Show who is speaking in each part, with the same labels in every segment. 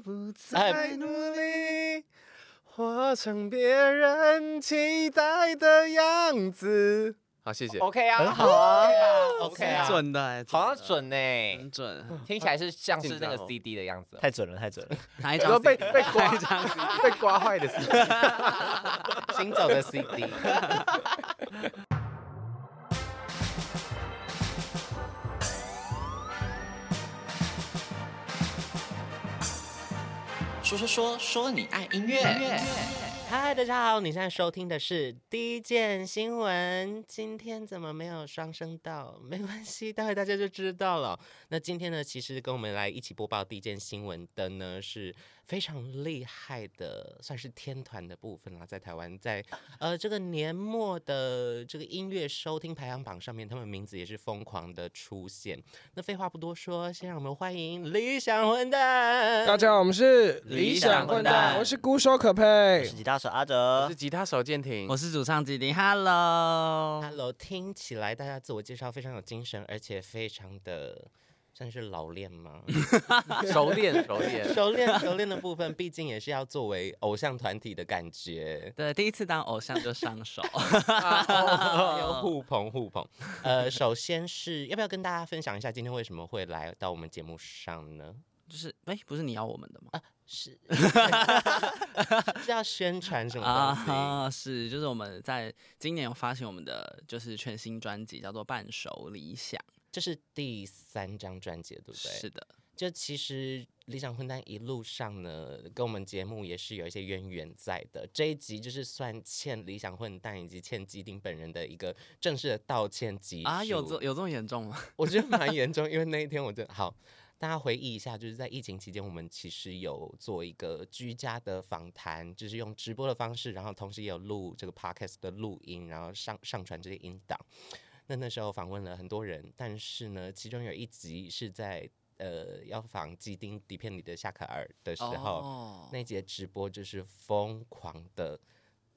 Speaker 1: 不
Speaker 2: 哎
Speaker 1: 再努力，活成别人期待的样子。好，谢
Speaker 3: 哦
Speaker 1: 谢。
Speaker 2: OK 啊，
Speaker 1: 很好
Speaker 2: 啊
Speaker 1: 是
Speaker 2: ，OK 啊，
Speaker 1: 准的欸，
Speaker 2: 好像
Speaker 1: 真的
Speaker 2: 准呢
Speaker 1: 很，准。
Speaker 2: 听起来是像是那
Speaker 1: 紧
Speaker 2: 个
Speaker 1: 张哦
Speaker 2: CD 的样子哦。
Speaker 4: 太准了，太准了，
Speaker 1: 哪一
Speaker 2: 然后
Speaker 1: 张
Speaker 2: 被
Speaker 1: CD？
Speaker 2: 被
Speaker 1: 哪一张 CD？
Speaker 2: 被刮坏的 CD，
Speaker 4: 行走的 CD。
Speaker 5: 说说说说你爱音乐。
Speaker 4: 嗨，大家好，你现在收听的是第一件新闻。今天怎么没有双声道？没关系，待会大家就知道了。那今天呢，其实跟我们来一起播报第一件新闻的呢，是非常厉害的，算是天团的部分啦，在台湾，在呃这个年末的这个音乐收听排行榜上面，他们名字也是疯狂的出现。那废话不多说，先让我们欢迎理想混蛋。
Speaker 3: 大家好，我们是
Speaker 5: 理想混蛋
Speaker 3: 我是鼓手可
Speaker 4: 我
Speaker 3: 佩
Speaker 4: 是。吉他手阿
Speaker 2: 我
Speaker 4: 哲
Speaker 2: 是。吉他手健庭
Speaker 1: 我。是主唱吉林，Hello。
Speaker 4: Hello，听起来大家自我介绍非常有精神，而且非常的算是老练 吗？
Speaker 2: 熟练熟练，
Speaker 4: 熟练熟练的部分，毕竟也是要作为偶像团体的感 觉。
Speaker 1: 对，第一次当偶像就上手。
Speaker 4: 要互捧互捧，呃，首先是要不要跟大家分享一下今天为什么会来到我们节目上呢？
Speaker 1: 就是，哎、不是你要我们的吗？
Speaker 4: 是 是要宣传什么东西？
Speaker 1: 啊，是，就是我们在今年有发行我们的就是全新专辑，叫做《半熟理想
Speaker 4: 这是第三张专辑了，对》。不对？
Speaker 1: 是的，
Speaker 4: 就其实理想混蛋一路上呢，跟我们节目也是有一些渊源在的。这一集就是算欠理想混蛋以及欠基丁本人的一个正式的道歉集
Speaker 1: 啊，有
Speaker 4: 数
Speaker 1: 这有这么严重吗？
Speaker 4: 我觉得蛮严重，因为那一天我真的好。大家回忆一下，就是在疫情期间，我们其实有做一个居家的访谈，就是用直播的方式，然后同时也有录这个 podcast 的录音，然后上上传这些音档。那那时候访问了很多人，但是呢，其中有一集是在呃要访基丁底片里的夏可尔的时候，
Speaker 1: 哦
Speaker 4: 那一节直播就是疯狂的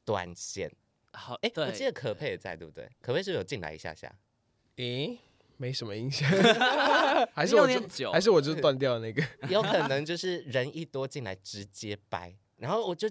Speaker 4: 断线。
Speaker 1: 好，
Speaker 4: 哎、我
Speaker 1: 对
Speaker 4: 记得可佩也在，对不对？可佩是不是有进来一下下。
Speaker 3: 咦，没什么印 象，还是
Speaker 1: 六
Speaker 3: 我
Speaker 1: 点九
Speaker 3: 就还是我就断掉那个。
Speaker 4: 有可能就是人一多进来直接掰，然后我就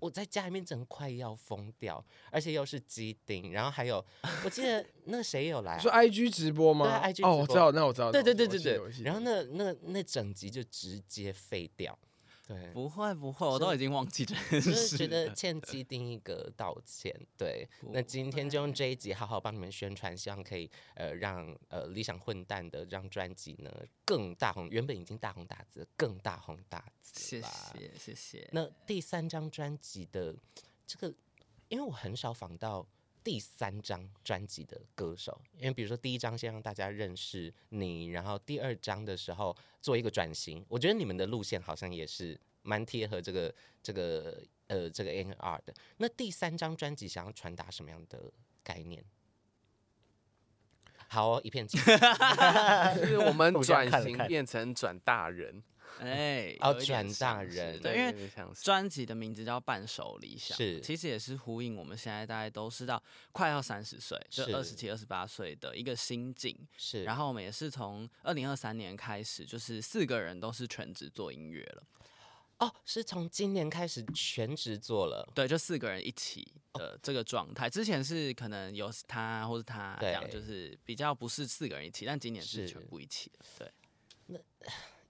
Speaker 4: 我在家里面整快要疯掉，而且又是鸡丁，然后还有我记得那谁有 来、
Speaker 3: 你说
Speaker 4: 啊。
Speaker 3: IG 直播吗？
Speaker 4: 对啊，IG 直播
Speaker 3: 哦，我知道，那我知道。
Speaker 4: 对对对
Speaker 3: 我
Speaker 4: 对
Speaker 3: 记得
Speaker 4: 对
Speaker 3: 我 记，得
Speaker 4: 然后那那那整集就直接废掉， 对，
Speaker 1: 不会不会，我
Speaker 4: 真
Speaker 1: 都
Speaker 4: 的
Speaker 1: 已经忘记这
Speaker 4: 就
Speaker 1: 件事了，
Speaker 4: 是觉得欠鸡丁一个道歉。对，那今天就用这一集好好帮你们宣传，希望可以呃让呃理想混蛋的让专辑呢更大红，原本已经大红大紫了，更大红大紫
Speaker 1: 谢
Speaker 4: 啦。
Speaker 1: 谢谢谢。
Speaker 4: 那第三张专辑的这个，因为我很少访到第三张专辑的歌手，因为比如说第一张先让大家认识你，然后第二张的时候做一个转型，我觉得你们的路线好像也是蛮贴合这个这个呃这个 N R 的。那第三张专辑想要传达什么样的概念？好哦，一片静 默
Speaker 2: 就是我们
Speaker 4: 互相
Speaker 2: 转
Speaker 4: 看了
Speaker 2: 型
Speaker 4: 看
Speaker 2: 变成转大人，
Speaker 1: 哎，
Speaker 4: 哦
Speaker 1: 有一点
Speaker 4: 转
Speaker 1: 像
Speaker 4: 大
Speaker 1: 是
Speaker 4: 人
Speaker 1: 对，因为
Speaker 2: 有点像是
Speaker 1: 专辑的名字叫《半熟理想》，
Speaker 4: 是
Speaker 1: 其实也是呼应我们现在大概都是到快要三十岁，就是二十七、二十八岁的一个心境。
Speaker 4: 是，
Speaker 1: 然后我们也是从二零二三年开始，就是四个人都是全职做音乐了，
Speaker 4: 哦，是从今年开始全职做了，
Speaker 1: 对，就四个人一起
Speaker 4: 哦
Speaker 1: 的这个状态。之前是可能有他或是他这样，
Speaker 4: 对
Speaker 1: 就是比较不是四个人一起，但今年是
Speaker 4: 是
Speaker 1: 全部一起了。对，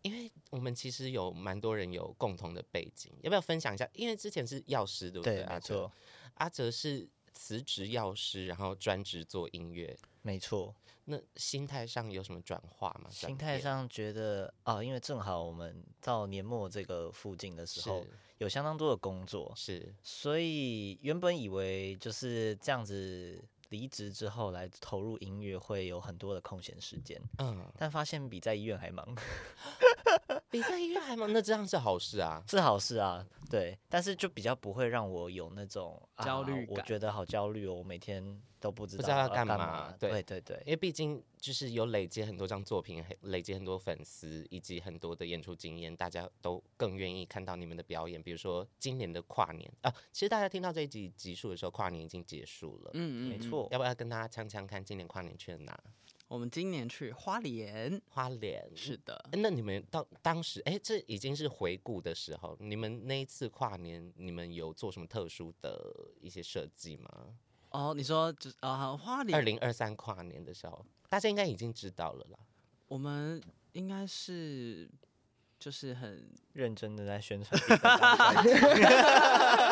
Speaker 4: 因为我们其实有蛮多人有共同的背景，要不要分享一下？因为之前是药师，对不
Speaker 6: 对，
Speaker 4: 阿
Speaker 6: 没
Speaker 4: 哲
Speaker 6: 错，
Speaker 4: 阿哲是辞职药师，然后专职做音乐。
Speaker 6: 没错。
Speaker 4: 那心态上有什么转化吗？转
Speaker 6: 心态
Speaker 4: 变
Speaker 6: 上觉得啊，因为正好我们到年末这个附近的时候，有相当多的工作，
Speaker 4: 是
Speaker 6: 所以原本以为就是这样子离职之后来投入音乐会有很多的空闲时间，
Speaker 4: 嗯，
Speaker 6: 但发现比在医院还忙，
Speaker 4: 比在医院还忙，那这样是好事啊。
Speaker 6: 是好事啊，对。但是就比较不会让我有那种、啊、
Speaker 1: 焦虑
Speaker 6: 我
Speaker 1: 感
Speaker 6: 觉得好焦虑哦，我每天都不知
Speaker 4: 不
Speaker 6: 道
Speaker 4: 知道要干
Speaker 6: 干
Speaker 4: 嘛对
Speaker 6: 对对对
Speaker 4: 因，为毕竟就是有累积很多张作品，很累积很多粉丝，以及很多的演出经验，大家都更愿意看到你们的表演。比如说今年的跨年啊，其实大家听到这一集集数的时候，跨年已经结束了。
Speaker 1: 嗯嗯，
Speaker 6: 没
Speaker 1: 嗯。
Speaker 6: 错。
Speaker 4: 要不要跟大家锵锵看今年跨年去了哪？
Speaker 1: 我们今年去花莲，
Speaker 4: 花莲
Speaker 1: 是的，
Speaker 4: 诶那你们到当时，哎，这已经是回顾的时候，你们那一次跨年，你们有做什么特殊的一些设计吗？
Speaker 1: 哦，你说就是啊，花莲，
Speaker 4: 二零二三跨年的时候，大家应该已经知道了啦。
Speaker 1: 我们应该是就是很
Speaker 6: 认真的在宣传第三张专辑。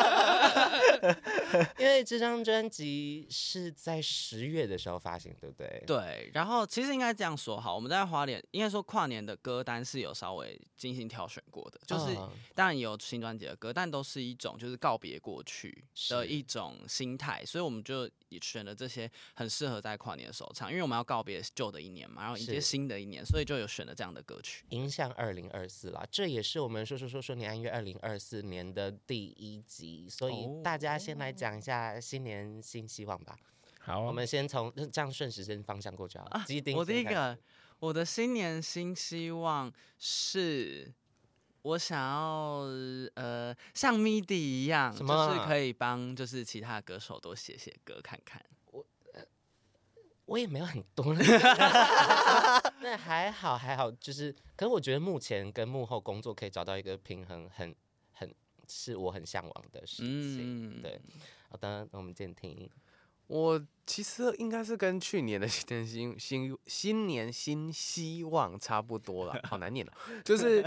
Speaker 4: 因为这张专辑是在十月的时候发行，对不对？
Speaker 1: 对，然后其实应该这样说好，我们在花莲应该说跨年的歌单是有稍微精心挑选过的，就是
Speaker 4: 啊
Speaker 1: 当然也有新专辑的歌，但都是一种就是告别过去的
Speaker 4: 是
Speaker 1: 一种心态，所以我们就也选了这些很适合在跨年的时候唱，因为我们要告别旧的一年嘛，然后迎接
Speaker 4: 是
Speaker 1: 新的一年，所以就有选了这样的歌曲。
Speaker 4: 迎向二零二四啦，这也是我们说说说说年安月二零二四年的第一集，所
Speaker 1: 哦
Speaker 4: 以大家先来讲一下新年新希望吧。
Speaker 7: 好，
Speaker 4: 我们先从这样顺时针方向过去好了。基丁
Speaker 1: 嗯啊我
Speaker 4: 先
Speaker 1: 第一
Speaker 4: 开
Speaker 1: 个，我的新年新希望是。我想要呃，像 MIDI 一样，
Speaker 4: 什么
Speaker 1: 就是
Speaker 4: 啊
Speaker 1: 可以帮就是其他歌手多写写歌看看。
Speaker 4: 我也没有很多， 那还好还好，就是，可是我觉得目前跟幕后工作可以找到一个平衡很，很是我很向往的事情。
Speaker 1: 嗯
Speaker 4: 对，好的，那我们监听。
Speaker 3: 我其实应该是跟去年的新年新新新年新希望差不多了，好难念了。就是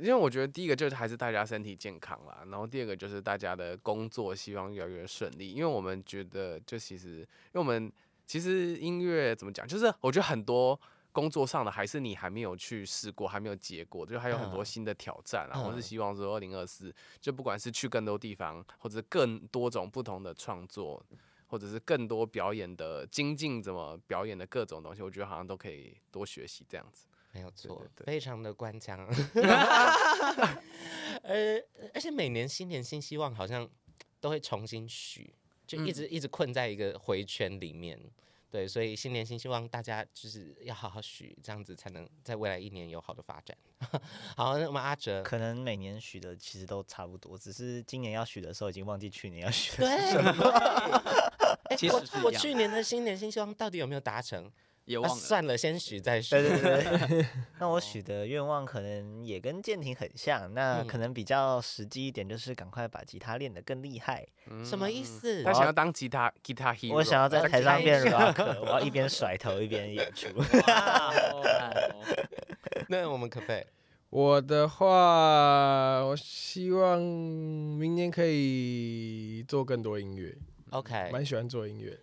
Speaker 3: 因为我觉得第一个就是还是大家身体健康啦，然后第二个就是大家的工作希望越来越顺利，因为我们觉得就其实，因为我们其实音乐怎么讲，就是我觉得很多。工作上的还是你还没有去试过，还没有结果，就还有很多
Speaker 4: 嗯
Speaker 3: 新的挑战啊。我是
Speaker 4: 嗯
Speaker 3: 希望说，二零二四就不管是去更多地方，或者更多种不同的创作，或者是更多表演的精进，怎么表演的各种东西，我觉得好像都可以多学习这样子。
Speaker 4: 没有错，
Speaker 3: 对
Speaker 4: 非常的官腔。而而且每年新年新希望好像都会重新许，就一直、一直困在一个回圈里面。对，所以新年新希望，大家就是要好好许，这样子才能在未来一年有好的发展。 好，那我们阿哲，
Speaker 6: 可能每年许的其实都差不多，只是今年要许的时候已经忘记去年 要许的。
Speaker 4: 对，哎
Speaker 1: 其
Speaker 4: 我
Speaker 1: 实是一
Speaker 4: 我
Speaker 1: 样
Speaker 4: 去年的新年新希望到底有没有达成？
Speaker 1: 也
Speaker 4: 啊
Speaker 1: 忘了，
Speaker 4: 算了，先许再说。
Speaker 6: 对对对对， 那我许的愿望可能也跟建廷很像，那可能比较实际一点，就是赶快把吉他练得更厉害。
Speaker 4: 什么意思？
Speaker 3: 他想要当吉他吉他 hero，
Speaker 6: 我想要在台上变
Speaker 4: 开心
Speaker 6: rock，我要一边甩头一边演出。
Speaker 4: 那我们可不可以？
Speaker 7: 我的话，我希望明年可以做更多音乐，
Speaker 4: OK，
Speaker 7: 蛮喜欢做音 乐。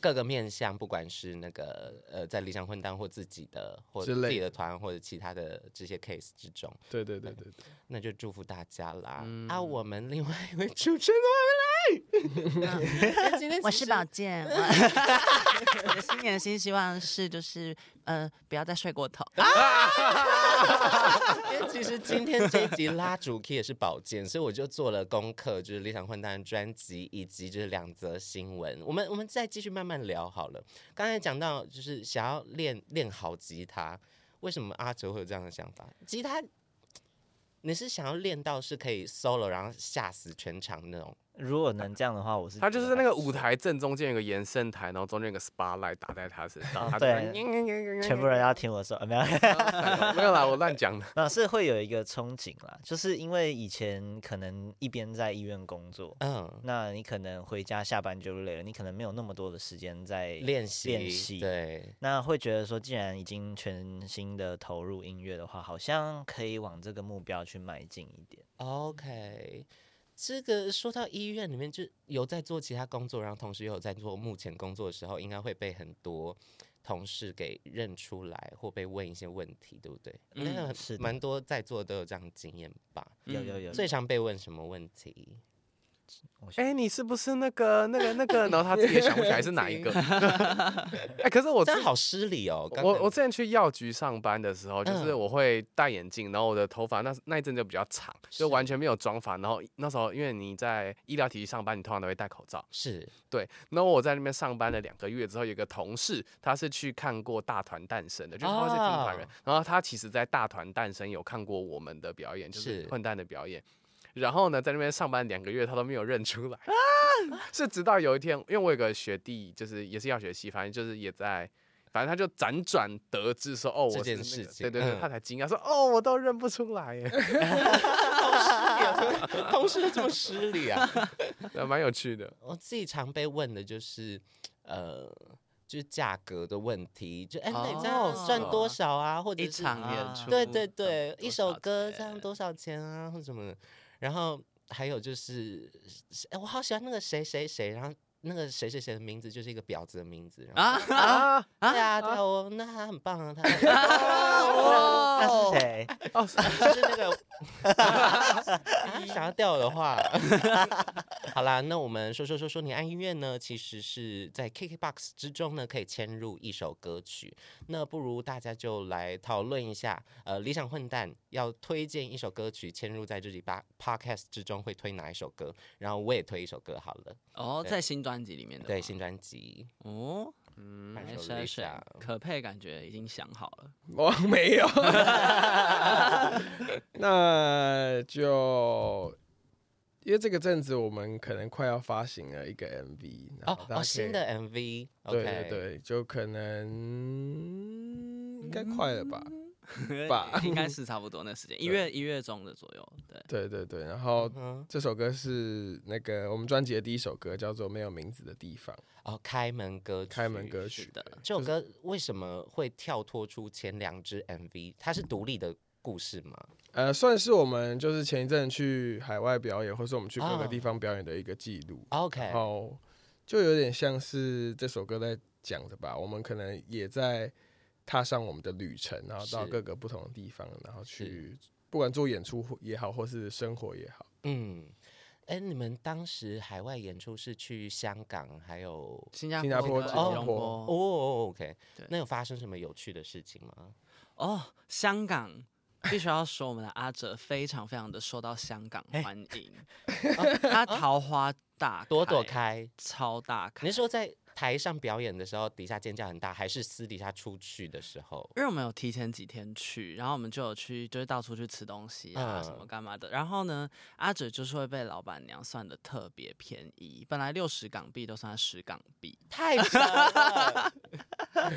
Speaker 4: 各个面向，不管是那个呃，在理想混蛋或自己的，或
Speaker 7: 之
Speaker 4: 自
Speaker 7: 类
Speaker 4: 己的
Speaker 7: 的
Speaker 4: 团，或者其他的这些 case 之中，
Speaker 7: 对对对对对，
Speaker 4: 那就祝福大家啦。
Speaker 7: 嗯
Speaker 4: 啊，我们另外一位主持人怎么还没来？那今天
Speaker 8: 我
Speaker 4: 其
Speaker 8: 是
Speaker 4: 实
Speaker 8: 宝 剑，我我的新年新希望是就是呃不要再睡过头。
Speaker 4: 因为其实今天这一集拉主 key 也是宝剑，所以我就做了功课，就是《理想混蛋》专辑以及就是两则新闻。我们我们再继续慢慢聊好了。刚才讲到就是想要练练好吉他，为什么阿哲会有这样的想法？吉他你是想要练到是可以 solo，然后吓死全场那种？
Speaker 6: 如果能这样的话，我是
Speaker 3: 他
Speaker 6: 觉
Speaker 3: 就
Speaker 6: 得
Speaker 3: 是那
Speaker 6: 还
Speaker 3: 个
Speaker 6: 不
Speaker 3: 舞
Speaker 6: 错，
Speaker 3: 台正中间有个延伸台，然后中间有个 spotlight 打在他身上，他就
Speaker 6: 哦对 全部人要听我说，呃没有。
Speaker 3: 没有啦，我乱讲的。
Speaker 6: 那是会有一个憧憬啦，就是因为以前可能一边在医院工作，
Speaker 4: 嗯，
Speaker 6: 那你可能回家下班就累了，你可能没有那么多的时间在
Speaker 4: 练习
Speaker 6: 练习。，
Speaker 4: 对，
Speaker 6: 那会觉得说，既然已经全心的投入音乐的话，好像可以往这个目标去迈进一点。
Speaker 4: OK，这个说到医院里面，就有在做其他工作，然后同时又有在做目前工作的时候，应该会被很多同事给认出来，或被问一些问题，对不对？应该
Speaker 1: 嗯
Speaker 4: 很
Speaker 6: 是的
Speaker 4: 蛮多在座都有这样的经验吧。
Speaker 6: 有
Speaker 1: 嗯
Speaker 6: 有有，
Speaker 4: 最常被问什么问题？
Speaker 3: 哎、你是不是那个那个那个？然后他自己也想不起来是哪 一个。哎、可是我
Speaker 4: 这
Speaker 3: 之
Speaker 4: 样好失礼哦。刚
Speaker 3: 我
Speaker 4: 才
Speaker 3: 我之前去药局上班的时候，就是
Speaker 4: 嗯
Speaker 3: 我会戴眼镜，然后我的头发那那一阵就比较长，就完全没有妆发。然后那时候因为你在医疗体系上班，你通常都会戴口罩。
Speaker 4: 是
Speaker 3: 对，然后我在那边上班了两个月之后，有一个同事，他是去看过大团诞生的，就是他是听团人
Speaker 4: 哦，
Speaker 3: 然后他其实，在大团诞生有看过我们的表演，就是
Speaker 4: 是
Speaker 3: 混蛋的表演。然后呢，在那边上班两个月，他都没有认出来，
Speaker 4: 啊
Speaker 3: 是直到有一天，因为我有个学弟，就是也是药学系，反正就是也在反正他就辗转得知说，哦，我
Speaker 4: 这
Speaker 3: 是
Speaker 4: 件
Speaker 3: 那个
Speaker 4: 事
Speaker 3: 对
Speaker 4: 情
Speaker 3: 对对，
Speaker 4: 嗯
Speaker 3: 他才惊讶说，哦，我都认不出来 耶，
Speaker 4: 同事都这么失礼啊！
Speaker 3: 对蛮有趣的。
Speaker 4: 我自己常被问的就是，呃，就是价格的问题，就哎、那你这样
Speaker 1: 哦
Speaker 4: 算多少啊？或者
Speaker 1: 一
Speaker 4: 是
Speaker 1: 场演
Speaker 7: 啊
Speaker 1: 出，
Speaker 4: 对对对
Speaker 1: 嗯，
Speaker 4: 一
Speaker 1: 多
Speaker 4: 首
Speaker 1: 少
Speaker 4: 歌
Speaker 1: 钱
Speaker 4: 这样多少钱啊，或什么的。然后还有就是，哎，我好喜欢那个谁谁谁，然后那个谁谁谁的名字就是一个婊子的名字。然后
Speaker 1: 啊 啊！
Speaker 4: 对啊，对啊，我那他很棒啊，啊 他他
Speaker 1: 哦
Speaker 6: 那是谁？
Speaker 4: 就是那个啊想要掉我的话。 好啦，那我们说说说说你爱音乐呢，其实是在 KKBOX 之中呢可以嵌入一首歌曲。那不如大家就来讨论一下，呃，理想混蛋要推荐一首歌曲嵌入在这里吧 Podcast 之中会推哪一首歌？然后我也推一首歌好了，
Speaker 1: 哦，
Speaker 4: 对
Speaker 1: 在新专辑里面的
Speaker 4: 对，
Speaker 1: 吗
Speaker 4: 新专辑
Speaker 1: 哦，
Speaker 3: 嗯，
Speaker 4: 哪
Speaker 1: 来
Speaker 4: 一首
Speaker 1: 筛选
Speaker 4: Lisa？
Speaker 1: 可配，感觉已经想好了。
Speaker 7: 我哦没 有，那就因为这个阵子我们可能快要发行了一个 MV，然后
Speaker 4: 哦
Speaker 7: 大家可以
Speaker 4: 哦，新的 MV，
Speaker 7: 对对，对，就可能应该快了吧，
Speaker 4: 嗯
Speaker 7: 吧
Speaker 1: 应该是差不多那时间，一
Speaker 7: 对
Speaker 1: 月一月中的左右。对，
Speaker 7: 对对对，然后
Speaker 4: 嗯，
Speaker 7: 这首歌是那个我们专辑的第一首歌，叫做《没有名字的地方》，
Speaker 4: 哦，开门歌曲，
Speaker 7: 开门歌
Speaker 1: 是
Speaker 7: 曲。
Speaker 1: 的，
Speaker 4: 这首歌为什么会跳脱出前两支 MV？它是独立的故事吗？
Speaker 7: 呃，算是我们就是前一阵去海外表演，或是我们去各
Speaker 4: 啊
Speaker 7: 个地方表演的一个记录。
Speaker 4: 哦 OK，
Speaker 7: 然后就有点像是这首歌在讲的吧，我们可能也在踏上我们的旅程，然后到
Speaker 4: 是
Speaker 7: 各个不同的地方，然后去不管做演出或也好，或是生活也好，
Speaker 4: 嗯，哎，你们当时海外演出是去香港，还有
Speaker 1: 新加
Speaker 7: 新加
Speaker 1: 坡
Speaker 7: 坡
Speaker 1: 跟
Speaker 7: 吉
Speaker 1: 吉
Speaker 7: 隆
Speaker 1: 隆
Speaker 7: 坡。
Speaker 4: 哦
Speaker 1: 坡。
Speaker 4: 哦，OK，
Speaker 1: 对
Speaker 4: 那有发生什么有趣的事情吗？
Speaker 1: 哦，香港。必须要说，我们的阿哲非常非常的受到香港欢迎，哦他桃花大
Speaker 4: 朵朵，开，
Speaker 1: 超大开。
Speaker 4: 你是说在台上表演的时候底下尖叫很大，还是私底下出去的时候？
Speaker 1: 因为我们有提前几天去，然后我们就有去，就是到处去吃东西啊，什
Speaker 4: 嗯
Speaker 1: 么干嘛的。然后呢，阿哲就是会被老板娘算的特别便宜，本来六十港币都算他十港币。
Speaker 4: 太神了，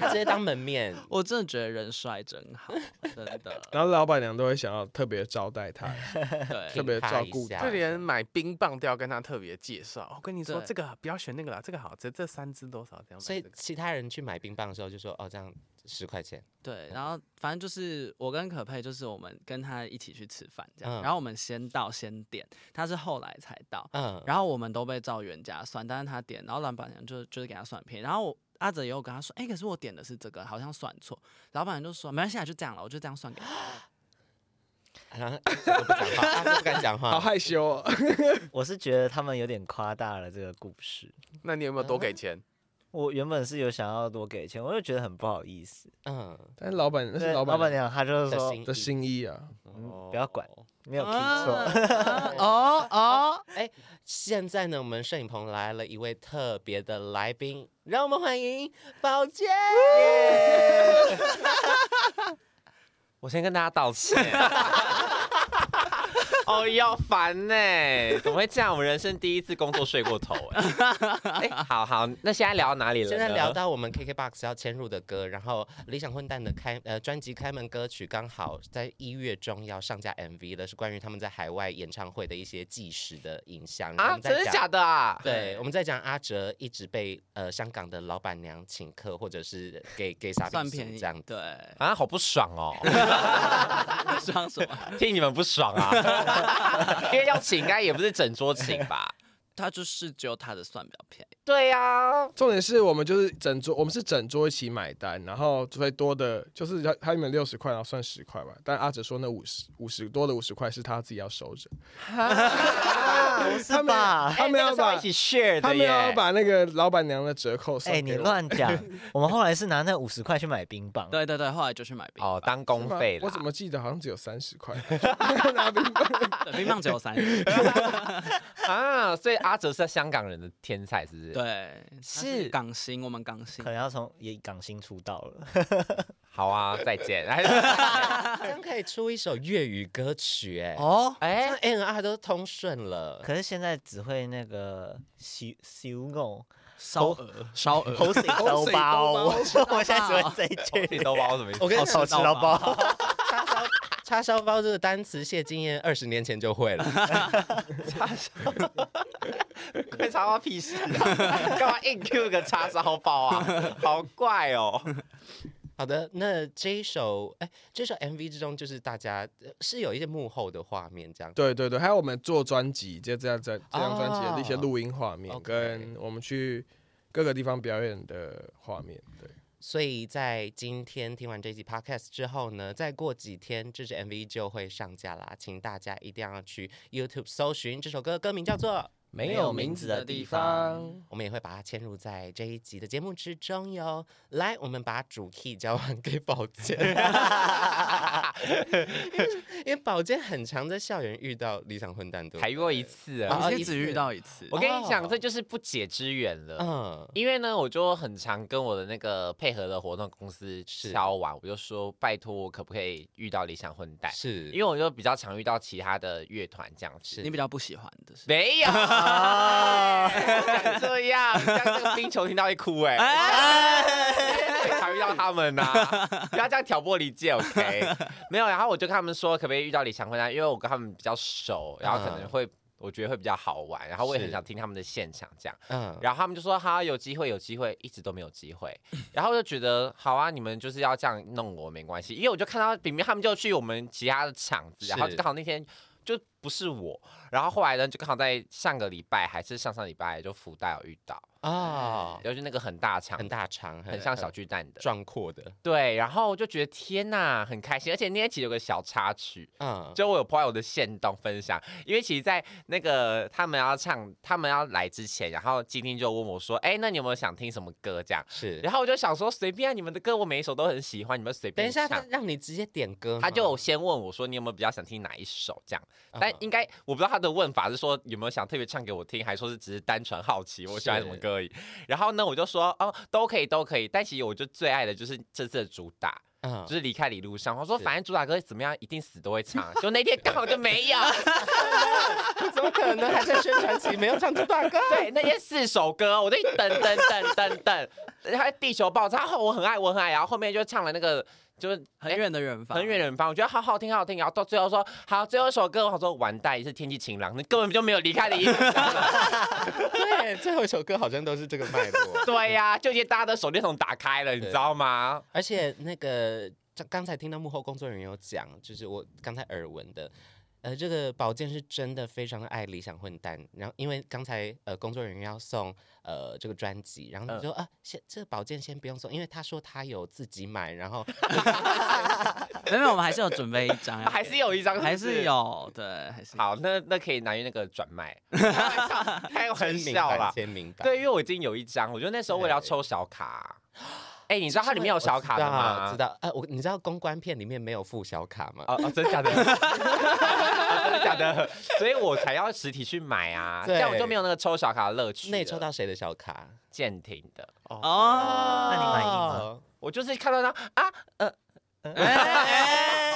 Speaker 4: 直接当门面。
Speaker 1: 我真的觉得人帅真好，真的
Speaker 7: 然后老板娘都会想要特别招待他，
Speaker 1: 对
Speaker 7: 特别
Speaker 4: 啪
Speaker 7: 照
Speaker 4: 一
Speaker 7: 顾
Speaker 4: 下
Speaker 3: 就连买冰棒都要跟他特别介绍。我跟你说，
Speaker 1: 对
Speaker 3: 这个不要选那个啦，这个好，这这三支多少？这样买
Speaker 4: 所以
Speaker 3: 这个
Speaker 4: 其他人去买冰棒的时候就说：“哦，这样十块钱。
Speaker 1: 对，然后反正就是我跟可佩，就是我们跟他一起去吃饭这样，
Speaker 4: 嗯
Speaker 1: 然后我们先到先点，他是后来才到”，
Speaker 4: 嗯，
Speaker 1: 然后我们都被照原价算，但是他点，然后老板娘就就是给他算便宜，然后我阿哲也有跟他说，哎、可是我点的是这个，好像算错，老板娘就说没关系啊，就这样了，我就这样算给你。
Speaker 4: 然后啊都不讲 话，啊他就不敢讲
Speaker 7: 好
Speaker 4: 话。
Speaker 7: 害羞哦。
Speaker 6: 我是觉得他们有点夸大了这个故事。
Speaker 3: 那你有没有多给钱？
Speaker 6: 我原本是有想要多给钱，我就觉得很不好意思。
Speaker 4: 嗯，
Speaker 7: 但是老板那
Speaker 6: 对
Speaker 7: 是老
Speaker 6: 老板
Speaker 7: 板娘
Speaker 6: 娘她就是
Speaker 4: 的
Speaker 6: 说
Speaker 4: 心
Speaker 7: 的心意啊，
Speaker 6: 嗯不要管
Speaker 4: 哦
Speaker 6: 没有听 错，
Speaker 1: 哦 哦，
Speaker 4: 哎现在呢，我们摄影棚来了一位特别的来宾，让我们欢迎宝剑。
Speaker 9: 我先跟大家道歉。 哦要烦呢、 怎么会这样？我人生第一次工作睡过头哎、 哎、好好，那现在聊到哪里了呢？
Speaker 4: 现在聊到我们 KKBOX 要迁入的歌，然后理想混蛋的开呃专辑开门歌曲刚好在一月中要上架 MV 了，是关于他们在海外演唱会的一些纪实的影像。然后我
Speaker 9: 啊，
Speaker 4: 们在
Speaker 9: 真的
Speaker 4: 讲
Speaker 9: 假的啊？
Speaker 4: 对，我们在讲阿哲一直被呃香港的老板娘请客，或者是给给傻逼
Speaker 1: 算
Speaker 4: 数
Speaker 1: 便宜
Speaker 4: 这样，子。
Speaker 1: 对，
Speaker 9: 啊，好不爽哦，
Speaker 1: 算什么？
Speaker 9: 听你们不爽啊。 因为要请，应该也不是整桌请吧？
Speaker 1: 他就是只有他的算比较便宜，
Speaker 9: 对呀、啊，
Speaker 7: 重点是我们就是整桌，我们是整桌一起买单，然后最多的就是他他们六十块，然后算十块吧。但阿哲说那五十五十多的五十块是他自己要收着，
Speaker 6: 不是吧？
Speaker 7: 他们
Speaker 9: 哎那
Speaker 7: 要
Speaker 9: 个是要
Speaker 7: 把
Speaker 9: 一起 share
Speaker 7: 他
Speaker 9: 的
Speaker 7: 们要
Speaker 9: 耶。
Speaker 7: 把那个老板娘的折扣
Speaker 6: 哎、
Speaker 7: 算
Speaker 6: 你
Speaker 7: 给我。
Speaker 6: 乱讲！我们后来是拿那五十块去买冰棒，
Speaker 1: 对对对，后来就去买冰
Speaker 9: 哦，
Speaker 1: 棒，
Speaker 9: 当公费
Speaker 7: 我
Speaker 9: 啦
Speaker 7: 怎。么记得好像只有三十块？ 拿冰棒
Speaker 1: 对冰棒只有三十，
Speaker 9: 啊，所以阿哲是香港人的天才，是不是？，
Speaker 1: 对，他
Speaker 9: 是
Speaker 1: 港星，我们港星
Speaker 6: 可能要从也港星出道了。
Speaker 9: 好啊，再 见。
Speaker 4: 这样可以出一首粤语歌曲哎、
Speaker 1: 哦，
Speaker 4: 这
Speaker 9: 哎、
Speaker 4: 样 N R 都通顺了。
Speaker 6: 可是现在只会那个修修偶，
Speaker 1: 烧鹅，烧鹅，
Speaker 6: 口水
Speaker 7: 口
Speaker 6: 刀
Speaker 7: 水
Speaker 6: 包，
Speaker 7: 刀
Speaker 6: 我我现在只会这一
Speaker 9: 你
Speaker 6: 句，
Speaker 9: 都包什么意 思？
Speaker 4: 我跟你
Speaker 6: 好吃刀包。
Speaker 4: 叉烧叉烧包这个单词，谢金燕二十年前就会了。
Speaker 9: 快插花屁事 啊！干嘛硬 Q 个叉烧包 啊？好怪哦！
Speaker 4: 好的，那这一首哎，这首 MV 之中就是大家呃是有一些幕后的画面这样。
Speaker 7: 对对对，还有我们做专辑，这这样这这张专辑的一些
Speaker 4: 哦
Speaker 7: 录音画面，
Speaker 4: OK
Speaker 7: 跟我们去各个地方表演的画面，对。
Speaker 4: 所以在今天听完这期 podcast 之后呢，再过几天这支 MV 就会上架啦，请大家一定要去 YouTube 搜寻这首歌，歌名叫做。
Speaker 6: 没
Speaker 1: 有
Speaker 6: 有
Speaker 1: 名
Speaker 6: 名
Speaker 1: 字
Speaker 6: 字
Speaker 1: 的
Speaker 6: 的
Speaker 1: 地
Speaker 6: 地
Speaker 1: 方
Speaker 6: 方。
Speaker 4: 我们也会把它嵌入在这一集的节目之中哟。来，我们把主 key 交还给宝剑， 因为宝剑很常在校园遇到理想混蛋，对不
Speaker 9: 才
Speaker 4: 对？
Speaker 9: 遇过一次
Speaker 1: 我
Speaker 9: 啊！
Speaker 1: 们今天只遇到一次
Speaker 9: 我，跟你
Speaker 4: 哦
Speaker 9: 讲，这就是不解之缘了。
Speaker 4: 嗯，
Speaker 9: 因为呢，我就很常跟我的那个配合的活动公司
Speaker 4: 是
Speaker 9: 敲完，我就说拜托我可不可以遇到理想混蛋，
Speaker 4: 是
Speaker 9: 因为我就比较常遇到其他的乐团这样子。
Speaker 1: 你比较不喜欢的是，
Speaker 9: 没有，敢这样，这样那个冰球听到会哭哎、欸，才遇到他们呐、不要这样挑拨离间，OK？没有，然后我就跟他们说，可不可以遇到理想混啊蛋，因为我跟他们比较熟，然后可能会。我觉得会比较好玩，然后我也很
Speaker 4: 是
Speaker 9: 想听他们的现场这样。
Speaker 4: 嗯，
Speaker 9: 然后他们就说哈，有机会，有机会，一直都没有 机会。然后我就觉得好啊，你们就是要这样弄我没关系，因为我就看到明明他们就去我们其他的场子，然后
Speaker 4: 是
Speaker 9: 就刚好那天就不是我，然后后来呢就刚好在上个礼拜还是上上礼拜就福大有遇到，
Speaker 4: 啊、
Speaker 9: 就是那个很大场，
Speaker 4: 很，大嗯长，
Speaker 9: 很像小巨蛋的，
Speaker 4: 壮阔的，
Speaker 9: 对。然后我就觉得天呐，很开心，而且那天其实有个小插曲，
Speaker 4: 嗯，
Speaker 9: 就我有朋友的线动分享，因为其实，在那个他们要唱、他们要来之前，然后今天就问我说：“哎、那你有没有想听什么歌？”这样，
Speaker 4: 是。
Speaker 9: 然后我就想说随便、啊、你们的歌，我每一首都很喜欢，你们随
Speaker 4: 等
Speaker 9: 便
Speaker 4: 一下，
Speaker 9: 唱。
Speaker 4: 他让你直接点歌吗，
Speaker 9: 他就先问我说：“你有没有比较想听哪一首？”这样，
Speaker 4: 嗯
Speaker 9: 但应该我不知道他的问法是说有没有想特别唱给我听，还说是只是单纯好奇我喜欢什么
Speaker 4: 是
Speaker 9: 歌而已。然后呢，我就说：“哦，都可以，都可以。”但其实我就最爱的就是这次的主打，
Speaker 4: 嗯
Speaker 9: 就是离开李路上，我说
Speaker 4: 是
Speaker 9: 反正主打歌怎么样，一定死都会唱。啊就那天刚好就没 有，
Speaker 4: 嗯怎么可能还在宣传期没有唱出大歌？
Speaker 9: 对，那天四首歌，我就一直等等等等等，然后地球爆炸，后我很爱我很爱，然后后面就唱了那个就是
Speaker 1: 很远的远方，
Speaker 9: 很远的远方，我觉得好好听好好听，然后到最后说好最后一首歌，我想说完蛋是天气晴朗，那根本就没有离开的意思。
Speaker 4: 对，最后一首歌好像都是这个脉络。
Speaker 9: 对呀、就因为大家的手电筒打开了，你知道吗？
Speaker 4: 而且那个这刚才听到幕后工作人员有讲，就是我刚才耳闻的，呃，这个宝剑是真的非常的爱理想混蛋。然后因为刚才呃工作人员要送呃这个专辑，然后
Speaker 9: 嗯
Speaker 4: 你说、啊，先这个宝剑先不用送，因为他说他有自己买，然 后
Speaker 1: 没有，没有我们还是有准备一张，
Speaker 9: 还是有一张，
Speaker 1: 还
Speaker 9: 不
Speaker 1: 是。有，对，还是有
Speaker 9: 好，那那可以拿去那个转卖，开玩笑啦。
Speaker 4: 签名版，
Speaker 9: 对，因为我已经有一张，我觉得那时候为了要抽小卡，哎、你知道它里面有小卡的吗？
Speaker 4: 知道，呃，我你知道公关片里面没有附小卡吗？
Speaker 9: 哦哦，真的假的？ 哦真的假的？所以我才要实体去买啊，
Speaker 4: 对
Speaker 9: 这样我就没有那个抽小卡的乐趣了。
Speaker 4: 那你抽到谁的小卡？
Speaker 9: 舰艇的，
Speaker 1: 哦，
Speaker 6: 那你满意吗？
Speaker 4: 哦
Speaker 9: 我就是看到他啊，呃。
Speaker 4: 哎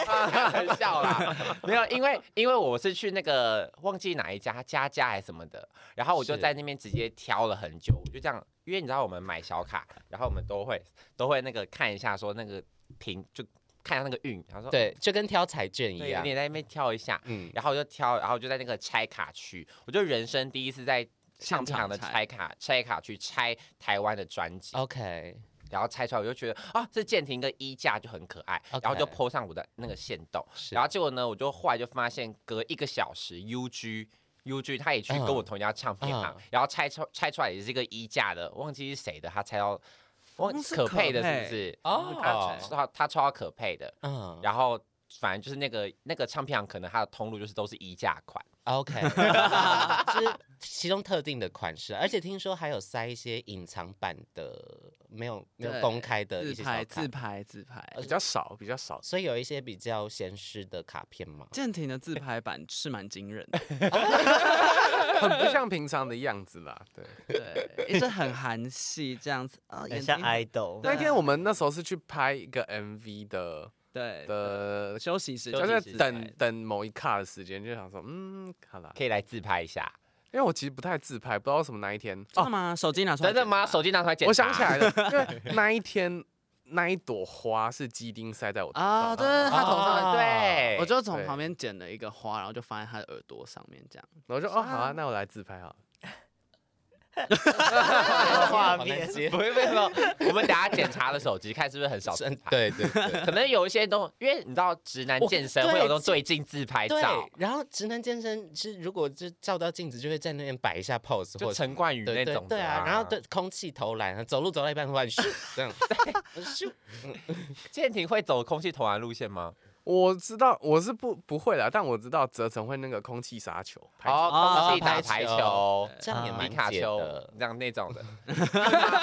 Speaker 9: 啊开玩笑啦， 没有，因为因为我是去那个忘记哪一家家家还是什么的，然后我就是在那边直接挑了很久，我就这样，因为你知道我们买小卡，然后我们都会 都会那个看一下说那个屏就看一下那个运，然后说
Speaker 4: 对，就跟挑彩券一
Speaker 9: 对，有
Speaker 4: 样。
Speaker 9: 点在那边挑一下，
Speaker 4: 嗯，
Speaker 9: 然后我就挑，然后就在那个拆卡区，我就人生第一次在上
Speaker 1: 现场
Speaker 9: 场的
Speaker 1: 拆哦
Speaker 9: 拆卡拆卡区拆台湾的专辑，
Speaker 4: OK，
Speaker 9: 然后拆出来我就觉得啊，这舰艇跟衣架就很可爱，然后就
Speaker 4: OK
Speaker 9: 抛上我的那个线动，
Speaker 4: 是
Speaker 9: 然后结果呢，我就后来就发现隔一个小时，UG。UG 他也去跟我
Speaker 4: 嗯
Speaker 9: 同一家唱片行，
Speaker 4: 嗯
Speaker 9: 然后拆出拆出来也是一个衣架的，忘记是谁的，他拆到忘
Speaker 1: 嗯是
Speaker 9: 可
Speaker 1: 可
Speaker 9: 配的，是
Speaker 1: 配
Speaker 9: 不是？
Speaker 4: 哦
Speaker 9: 他他抽到可配的，
Speaker 4: 嗯，
Speaker 9: 然后反正就是那个那个唱片行，可能它的通路就是都是衣架款，
Speaker 4: OK，就是其中特定的款式，而且听说还有塞一些隐藏版的，没有没有
Speaker 1: 对
Speaker 4: 公开的一
Speaker 1: 自
Speaker 4: 些
Speaker 1: 拍
Speaker 4: 小
Speaker 1: 自
Speaker 4: 卡，
Speaker 1: 拍自拍，
Speaker 3: 比较少，比较少。
Speaker 4: 所以有一些比较闲适的卡片嘛。
Speaker 1: 舰艇的自拍版是蛮惊人的，
Speaker 3: 很不像平常的样子啦。 对，
Speaker 1: 对，一直很韩系这样子，啊，眼
Speaker 6: 很像
Speaker 1: 睛
Speaker 6: idol，
Speaker 3: 那
Speaker 1: 啊
Speaker 3: 天我们那时候是去拍一个 MV 的
Speaker 1: 对
Speaker 3: 的，
Speaker 1: 休息时
Speaker 3: 就
Speaker 1: 间
Speaker 3: 是
Speaker 1: 自拍
Speaker 3: 等等某一卡的时间，就想说，嗯，好啦，
Speaker 9: 可以来自拍一下。
Speaker 3: 因为我其实不太自拍，不知道为什么那一天，哦
Speaker 1: 真的吗？手机拿出来
Speaker 9: 真
Speaker 1: 检查，
Speaker 9: 的吗？手机拿出来检查。
Speaker 3: 我想起来了，因 为那一天那一朵花是鸡丁塞在我头
Speaker 1: 啊，
Speaker 3: 上，
Speaker 1: 对，对对他头上
Speaker 9: 哦
Speaker 1: 的，
Speaker 9: 对
Speaker 1: 我就从
Speaker 3: 对
Speaker 1: 旁边捡了一个花，然后就放在他的耳朵上面，这样。
Speaker 3: 然后我就哦好啊，那我来自拍好了。
Speaker 4: 好
Speaker 6: 画
Speaker 4: 难
Speaker 6: 面
Speaker 4: 接
Speaker 9: 不会不会，不会我们等下检查了手机，看是不是很少自拍。
Speaker 4: 对对对
Speaker 9: 可能有一些都，因为你知道直男
Speaker 4: 我
Speaker 9: 健身
Speaker 4: 对
Speaker 9: 会有那种对镜自拍
Speaker 4: 对
Speaker 9: 照，，
Speaker 4: 然后直男健身是如果就照到镜子，就会在那边摆一下 pose
Speaker 9: 就
Speaker 4: 或者。
Speaker 9: 陈冠宇那
Speaker 4: 对对
Speaker 9: 种的
Speaker 4: 对啊，然后对，空气投篮，走路走到一半突然咻这样，咻
Speaker 9: 建廷会走空气投篮路线吗？
Speaker 3: 我知道我是不不会啦，但我知道泽成会那个空气杀球，拍球
Speaker 9: 哦，空气
Speaker 4: 哦
Speaker 9: 打
Speaker 4: 排
Speaker 9: 排
Speaker 4: 球
Speaker 9: 球，
Speaker 4: 这样也蛮
Speaker 9: 皮卡
Speaker 4: 解
Speaker 9: 丘
Speaker 4: 的。
Speaker 9: 这样那 种的，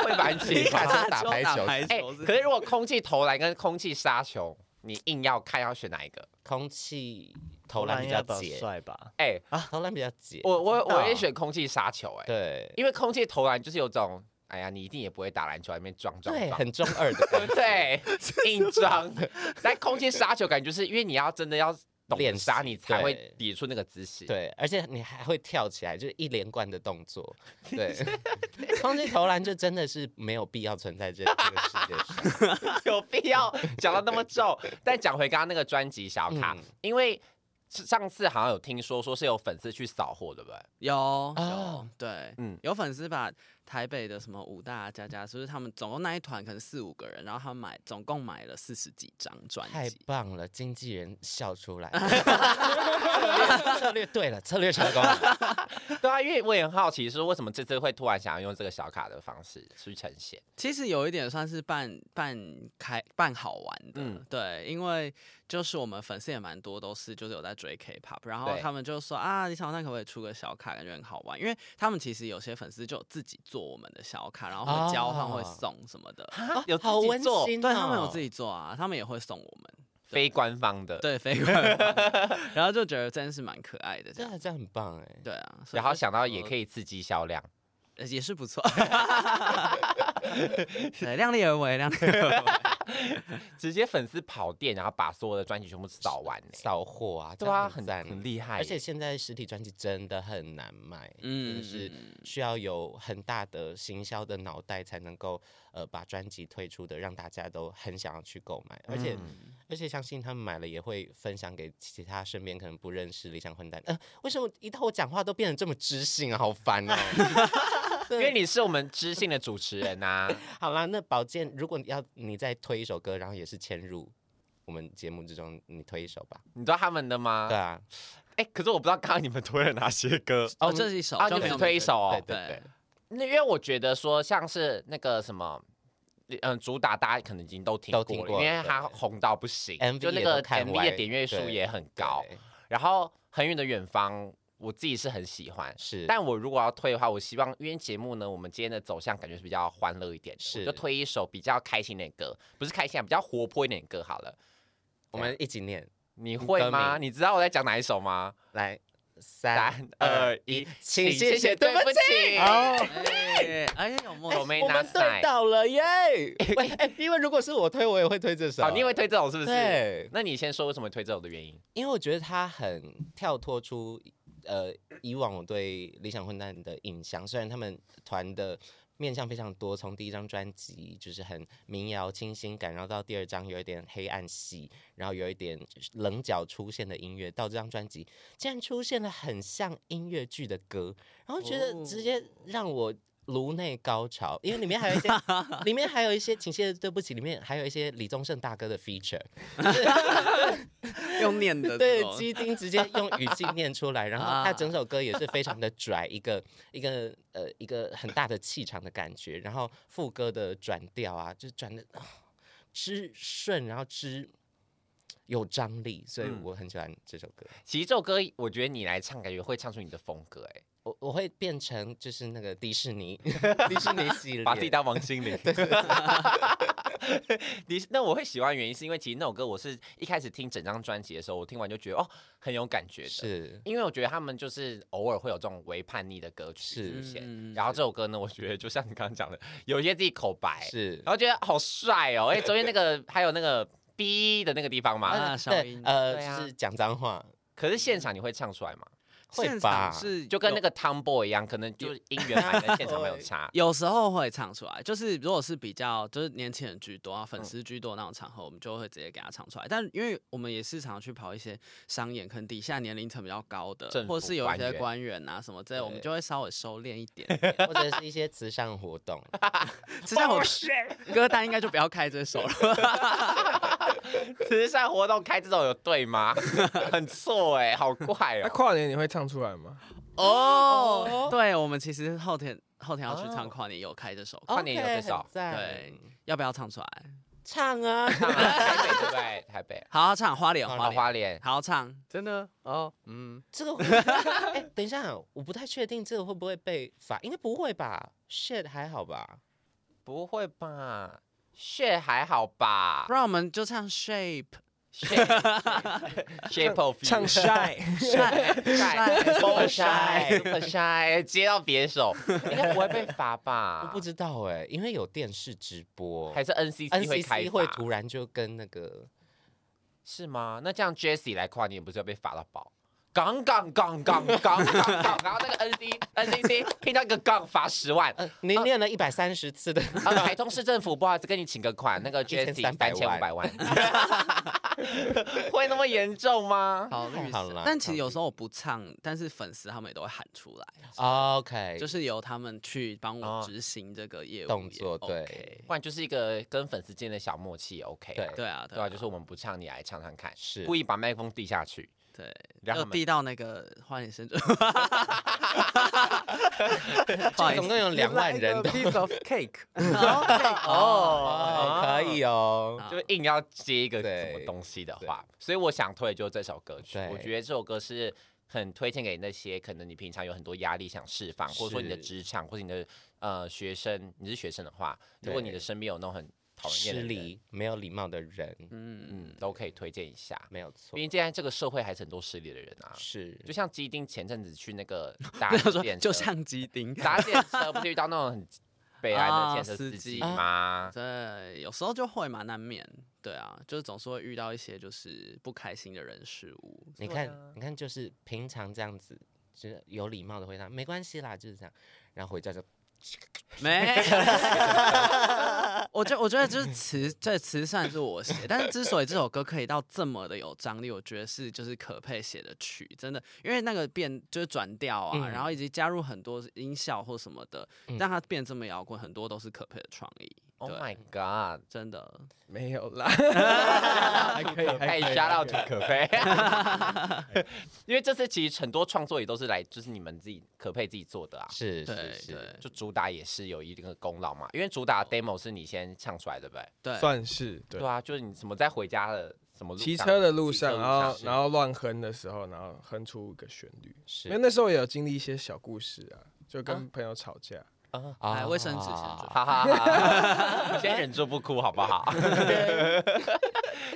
Speaker 9: 会把你皮卡丘打排球。
Speaker 1: 排
Speaker 9: 哎
Speaker 1: 球，是
Speaker 9: 可是如果空气投篮跟空气杀球，你硬要看要选哪一个？
Speaker 4: 空气投篮比较
Speaker 6: 要不要
Speaker 4: 解，
Speaker 6: 帅 吧？
Speaker 9: 哎，
Speaker 4: 投篮比较解。
Speaker 9: 我我
Speaker 6: 真的哦
Speaker 9: 我也选空气杀球，哎，
Speaker 4: 对
Speaker 9: 因为空气投篮就是有种，哎呀，你一定也不会打篮球，在那边撞撞
Speaker 4: 对，
Speaker 9: 撞。
Speaker 4: 很中二的感
Speaker 9: 对不对？ 硬装的，但空气杀球感觉就是因为你要真的要懂得
Speaker 4: 练
Speaker 9: 杀，
Speaker 4: 习
Speaker 9: 你才会
Speaker 4: 对
Speaker 9: 比出那个姿势。
Speaker 4: 觉，，对，而且你还会跳起来，就是一连贯的动 作。对，空气投篮就真的是没有必要存在这这个世界上。
Speaker 9: 有必要讲到那么重？ 但讲回刚刚那个专辑小卡，
Speaker 4: 嗯
Speaker 9: 因为是上次好像有听说说是有粉丝去扫货，对不对？
Speaker 1: 有
Speaker 4: 哦
Speaker 1: 有对，
Speaker 9: 嗯
Speaker 1: 嗯，有粉丝把台北的什么五大家家，就是他们总共那一团可能四五个人，然后他们买总共买了四十几张专
Speaker 4: 太
Speaker 1: 辑，
Speaker 4: 棒了，经纪人笑出 来。策略对了，策略成功了。
Speaker 9: 对啊，因为我也很好奇，说为什么这次会突然想要用这个小卡的方式去呈现？
Speaker 1: 其实有一点算是半半开半好玩的，
Speaker 9: 嗯
Speaker 1: 对，因为就是我们粉丝也蛮多，都是就是有在追 K-pop，然后
Speaker 9: 对
Speaker 1: 他们就说啊，李小那可不可以出个小卡，感觉很好玩，因为他们其实有些粉丝就有自己做我们的小卡，然后会交换、
Speaker 4: 哦
Speaker 1: 会送什么的，
Speaker 9: 有自
Speaker 4: 好
Speaker 9: 己
Speaker 4: 温
Speaker 9: 做
Speaker 4: 馨、哦，
Speaker 1: 对他们有自己做啊，他们也会送我们。
Speaker 9: 非官方的，
Speaker 1: 对，飞官方，然后就觉得真的是蛮可爱的这
Speaker 4: 对
Speaker 1: 样。
Speaker 4: 啊，这样很棒哎、
Speaker 1: 对啊，
Speaker 9: 然后想到也可
Speaker 1: 以，
Speaker 9: 以刺激销量。
Speaker 1: 呃也是不错。对，量力而为，量力而为。
Speaker 9: 直接粉丝跑店，然后把所有的专辑全部扫完、欸，
Speaker 4: 扫货啊，这
Speaker 9: 对啊，
Speaker 4: 样
Speaker 9: 很
Speaker 4: 赞。
Speaker 9: 很厉害耶，
Speaker 4: 而且现在实体专辑真的很难卖，真
Speaker 1: 嗯
Speaker 4: 的是
Speaker 1: 嗯
Speaker 4: 需要有很大的行销的脑袋才能够呃把专辑推出的，让大家都很想要去购买，而且、而且相信他们买了也会分享给其他身边可能不认识理想混蛋。呃，为什么一到我讲话都变得这么知性啊？好烦哦！
Speaker 9: 因为你是我们知性的主持人啊 呐、
Speaker 4: 好啦，那宝剑，如果你要你再推一首歌，然后也是嵌入我们节目之中，你推一首吧。
Speaker 9: 你知道他们的吗？
Speaker 4: 对啊，
Speaker 9: 哎、可是我不知道刚刚你们推了哪些歌
Speaker 1: 哦，这是一首，
Speaker 9: 啊，
Speaker 1: 就
Speaker 9: 你
Speaker 1: 没有
Speaker 9: 们推一首哦
Speaker 1: 对。
Speaker 4: 对
Speaker 1: 对，
Speaker 9: 那因为我觉得说像是那个什么。嗯，主打大家可能已经都听
Speaker 4: 都
Speaker 9: 过
Speaker 4: 听
Speaker 9: 了，
Speaker 4: 过了
Speaker 9: 因为它红到不行
Speaker 4: MV
Speaker 9: 就那
Speaker 4: 也
Speaker 9: 个
Speaker 4: 都看
Speaker 9: MV
Speaker 4: 完
Speaker 9: 的点阅数
Speaker 4: 对
Speaker 9: 也很高。
Speaker 4: 对
Speaker 9: 然后《很远的远方》，我自己是很喜欢，
Speaker 4: 是，
Speaker 9: 但我如果要推的话，我希望因为节目呢，我们今天的走向感觉是比较欢乐一点的，
Speaker 4: 是
Speaker 9: 我就推一首比较开心一点的歌，不是开心啊，比较活泼一点的歌好了。
Speaker 4: 我们一起念。
Speaker 9: 你会
Speaker 4: 歌
Speaker 9: 吗？
Speaker 4: 名
Speaker 9: 你知道我在讲哪一首吗？
Speaker 4: 来，
Speaker 9: 三
Speaker 4: 三
Speaker 9: 二
Speaker 4: 二
Speaker 9: 一
Speaker 4: 一，，请
Speaker 9: 请谢
Speaker 4: 谢
Speaker 9: 谢
Speaker 4: 谢
Speaker 9: 对
Speaker 4: 对
Speaker 9: 不
Speaker 4: 不
Speaker 9: 起。
Speaker 1: 哎哎，有默
Speaker 9: 我
Speaker 1: 契。
Speaker 9: 没
Speaker 4: 我
Speaker 9: 拿
Speaker 4: 们对
Speaker 9: 赛。
Speaker 4: 到了耶！ 喂，哎，因为如果是我推，我也会推这首。
Speaker 9: 好，你也会推这种是不是？
Speaker 4: 对，
Speaker 9: 那你先说为什么推这首的原因？
Speaker 4: 因为我觉得它很跳脱出呃以往我对理想混蛋的印象，虽然他们团的。面向非常多，从第一张专辑就是很民谣清新感，然后到第二张有一点黑暗系，然后有一点棱角出现的音乐，到这张专辑竟然出现了很像音乐剧的歌，然后觉得
Speaker 1: 哦
Speaker 4: 直接让我颅内高潮，因为里面还有一些，里面还有一些，请谢对不起，里面还有一些李宗盛大哥的 feature，
Speaker 1: 用念的
Speaker 4: 对
Speaker 1: 这，种
Speaker 4: 基丁直接用语境念出来，然后
Speaker 9: 啊
Speaker 4: 他整首歌也是非常的拽，一个一个呃一个很大的气场的感觉，然后副歌的转调啊，就转的、啊 之顺，然后之有张力，所以
Speaker 9: 嗯
Speaker 4: 我很喜欢这首歌。
Speaker 9: 其实这首歌，我觉得你来唱，感觉会唱出你的风格，哎，
Speaker 4: 我我会变成就是那个迪士 尼迪士尼系列，
Speaker 9: 把自己当王心凌。 你那我会喜欢的原因是因为其实那首歌我是一开始听整张专辑的时候，我听完就觉得哦很有感觉的，
Speaker 4: 是
Speaker 9: 因为我觉得他们就是偶尔会有这种微叛逆的歌曲
Speaker 4: 是
Speaker 9: 出现。
Speaker 1: 嗯
Speaker 9: 然后这首歌呢，我觉得就像你刚刚讲的，有一些自己口白，
Speaker 4: 是
Speaker 9: 然。后觉得好帅哦，哎，昨天那个还有那个 B 的那个地方嘛，
Speaker 1: 啊，嗯
Speaker 4: 呃
Speaker 1: 小
Speaker 4: 对
Speaker 1: 英，
Speaker 4: 呃，
Speaker 9: 对啊
Speaker 4: 就是讲脏话，
Speaker 9: 可是现场你会唱出来吗？
Speaker 4: 会
Speaker 1: 现
Speaker 4: 吧
Speaker 1: 场？是
Speaker 9: 就跟
Speaker 1: 有。
Speaker 9: 那个 Tomboy 一样，可能就是音源版跟现场没有差
Speaker 1: 有时候会唱出来，就是如果是比较就是年轻人居多啊、
Speaker 9: 嗯
Speaker 1: 粉丝居多那种场合，我们就会直接给他唱出来。但因为我们也是常去跑一些商演，可能底下年龄层比较高的
Speaker 9: 政，
Speaker 1: 或
Speaker 9: 府
Speaker 1: 是有一
Speaker 9: 官
Speaker 1: 些
Speaker 9: 员
Speaker 1: 官员啊什么之类，我们
Speaker 9: 对
Speaker 1: 就会稍微收敛一点。
Speaker 4: 或者是一些慈善活动，
Speaker 1: 慈善活动歌单应该就不要开这 首了。
Speaker 9: 慈善活动开这种有对吗？很错哎，好怪
Speaker 7: 那
Speaker 9: 哦。
Speaker 7: 跨年你会唱出来吗？
Speaker 1: 哦，对，我们其实后天后天要去
Speaker 9: 哦
Speaker 1: 唱跨年，有开这首歌，
Speaker 9: 跨年有这
Speaker 4: OK，
Speaker 9: 首
Speaker 4: 很赞
Speaker 1: 对，要不要唱出来？
Speaker 4: 唱 啊！
Speaker 9: 台北对不对？台北，
Speaker 1: 好好唱，花莲，花
Speaker 9: 哦花
Speaker 1: 莲，
Speaker 9: 莲，
Speaker 1: 好好唱。
Speaker 3: 真的哦，嗯，
Speaker 4: 这个会不会，哎，等一下，我不太确定这个会不会被罚，应该不会吧？shit 还好吧？
Speaker 9: 不会吧？血还好吧
Speaker 1: 不然我们就唱 Shape。
Speaker 9: ？Shape of
Speaker 7: 唱 shy，
Speaker 9: Super
Speaker 4: shy
Speaker 9: Shy，Super Shy，接到别手，应该不会被罚吧？
Speaker 4: 我不知道哎，因为有电视直播，
Speaker 9: 啊还是 NCC 会开
Speaker 4: NCC 会
Speaker 9: 罚
Speaker 4: 突然就跟那个
Speaker 9: 是吗？那这样 Jesse 来跨年不是要被罚到爆？杠杠杠杠杠杠杠，然后那个 NC NCC 听到一个杠罚十万。
Speaker 4: 呃，你念了一百三十 次的，
Speaker 9: 啊，台中市政府不好意思跟你请个款，那个 Jesse 三千五百
Speaker 4: 1300
Speaker 9: 万，会那么严重吗？
Speaker 1: 考虑一
Speaker 4: 好
Speaker 1: 下
Speaker 4: 啦
Speaker 1: 但其
Speaker 4: 考
Speaker 1: 实有
Speaker 4: 虑
Speaker 1: 时候我不唱，但是粉丝他们也都会喊出来，
Speaker 4: 哦 OK，
Speaker 1: 就是由他们去帮
Speaker 9: 哦
Speaker 1: 我执行这个业
Speaker 4: 哎
Speaker 1: 务
Speaker 4: 动
Speaker 1: 也
Speaker 4: 作
Speaker 1: OK
Speaker 4: 对
Speaker 9: 不然就是一个跟粉丝间的小默契，OK 啊。
Speaker 4: 对
Speaker 1: 对啊，
Speaker 9: 对啊，就是我们不唱，你来唱唱看，
Speaker 4: 是
Speaker 9: 故意把麦克风递下去，
Speaker 1: 对，
Speaker 9: 让
Speaker 1: 就
Speaker 9: 他们
Speaker 1: 递到那个花莲深圳， 不好意
Speaker 4: 总
Speaker 1: 思
Speaker 4: 共有两万 人的
Speaker 3: piece of cake，
Speaker 4: 哦，可以哦，
Speaker 1: 啊
Speaker 9: 就硬要接一个什么
Speaker 4: 对
Speaker 9: 东西的话，所以我想推就是这首歌曲。
Speaker 4: 对
Speaker 9: 我觉得这首歌是很推荐给那些可能你平常有很多压力想释放，或者说你的
Speaker 4: 是
Speaker 9: 职场或者你的呃学生，你是学生的话，如果你的
Speaker 4: 对
Speaker 9: 身边有那种很讨人厌
Speaker 4: 失
Speaker 9: 的人，
Speaker 4: 礼没有礼貌的人，
Speaker 1: 嗯，
Speaker 9: 嗯，都可以推荐一下。
Speaker 4: 没有错
Speaker 9: 因，为现在这个社会还是很多失礼的人啊，
Speaker 4: 是
Speaker 9: 就像基丁前阵子去那个搭
Speaker 1: 不要
Speaker 9: 电
Speaker 1: 说就
Speaker 9: 车，
Speaker 1: 像鸡丁，
Speaker 9: 搭电车不是遇到那种很 北来的
Speaker 1: 啊
Speaker 9: 电车司
Speaker 1: 司
Speaker 9: 机
Speaker 1: 机啊
Speaker 9: 吗？
Speaker 1: 对，有时候就会嘛，难免，对啊，就是总是会遇到一些就是不开心的人事物，
Speaker 4: 你看，你看，就是平常这样子，就是有礼貌的回答，没关系啦，就是这样，然后回家就
Speaker 1: 没有，我觉我觉得就是慈这慈善是我写，但是之所以这首歌可以到这么的有张力，我觉得是就是可佩写的曲，真的，因为那个变就是转调啊，
Speaker 4: 嗯
Speaker 1: 然后以及加入很多音效或什么的，让它变这么摇滚，很多都是可佩的创意。
Speaker 9: Oh
Speaker 1: 对
Speaker 9: my god！
Speaker 1: 真的，
Speaker 7: 没有啦，还可以，
Speaker 9: 哎
Speaker 7: 还可以。
Speaker 9: ，shout out to 可佩，因为这次其实很多创作也都是来，就是你们自己可佩自己做的啊。
Speaker 4: 是
Speaker 1: 对
Speaker 4: 是是，
Speaker 1: 对
Speaker 9: 就主打也是有一定的功劳嘛，因为主打 demo 是你先唱出来，对不对？
Speaker 1: 对，
Speaker 7: 算是对
Speaker 9: 对。啊，就是你什么在回家的什么路上
Speaker 7: 骑车的路上，
Speaker 9: 骑车
Speaker 7: 然后
Speaker 9: 是
Speaker 7: 然后乱哼的时候，然后哼出一个旋律。因为
Speaker 4: 是
Speaker 7: 那时候也有经历一些小故事啊，就跟朋友吵架，
Speaker 1: 哎，卫生纸先准备。
Speaker 9: 哈哈哈，先忍住不哭好不好？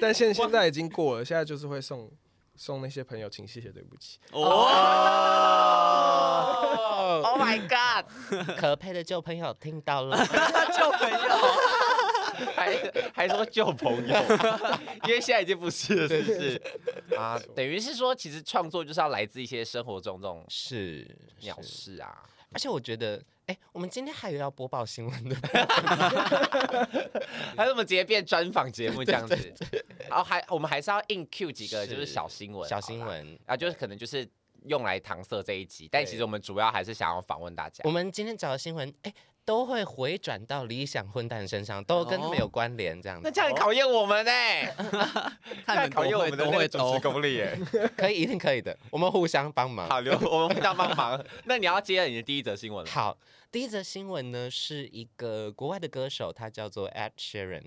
Speaker 7: 但现现在已经过了，现在就是会送送那些朋友，请谢谢对不起。
Speaker 9: 哦，Oh my god！
Speaker 4: 可佩的旧朋友听到了，
Speaker 9: 还还说旧朋友，因为现在已经不是了，是不是？啊，等于是说，其实创作就是要来自一些生活中这种
Speaker 4: 是
Speaker 9: 鸟
Speaker 4: 是
Speaker 9: 事啊。
Speaker 4: 而且我觉得，哎，我们今天还有要播报新 闻的，
Speaker 9: 还怎么直接变专访节目这样子？然后还我们还是要硬 Q 几个就是
Speaker 4: 是
Speaker 9: 小新闻，
Speaker 4: 小新，闻。
Speaker 9: 啊，就是可能就是用来搪塞这一集，但其实我们主要还是想要访问大家
Speaker 4: 我。们今天找的新闻，哎，都会回转到理想混蛋身上，都跟他们有关联，哦这样子。
Speaker 9: 那这样考验我们呢、
Speaker 4: 哦
Speaker 1: 看你们
Speaker 9: 考验
Speaker 1: 多
Speaker 9: 我
Speaker 1: 会
Speaker 9: 们的
Speaker 1: 多
Speaker 9: 那个
Speaker 1: 会
Speaker 9: 主持
Speaker 1: 都
Speaker 9: 功力耶、
Speaker 4: 可以，一定可以的，我们互相帮忙。
Speaker 9: 好，刘，我们会当 帮忙。那你要接你的第一则新闻了。
Speaker 4: 好，第一则新闻呢是一个国外的歌手，他叫做 Ed Sheeran，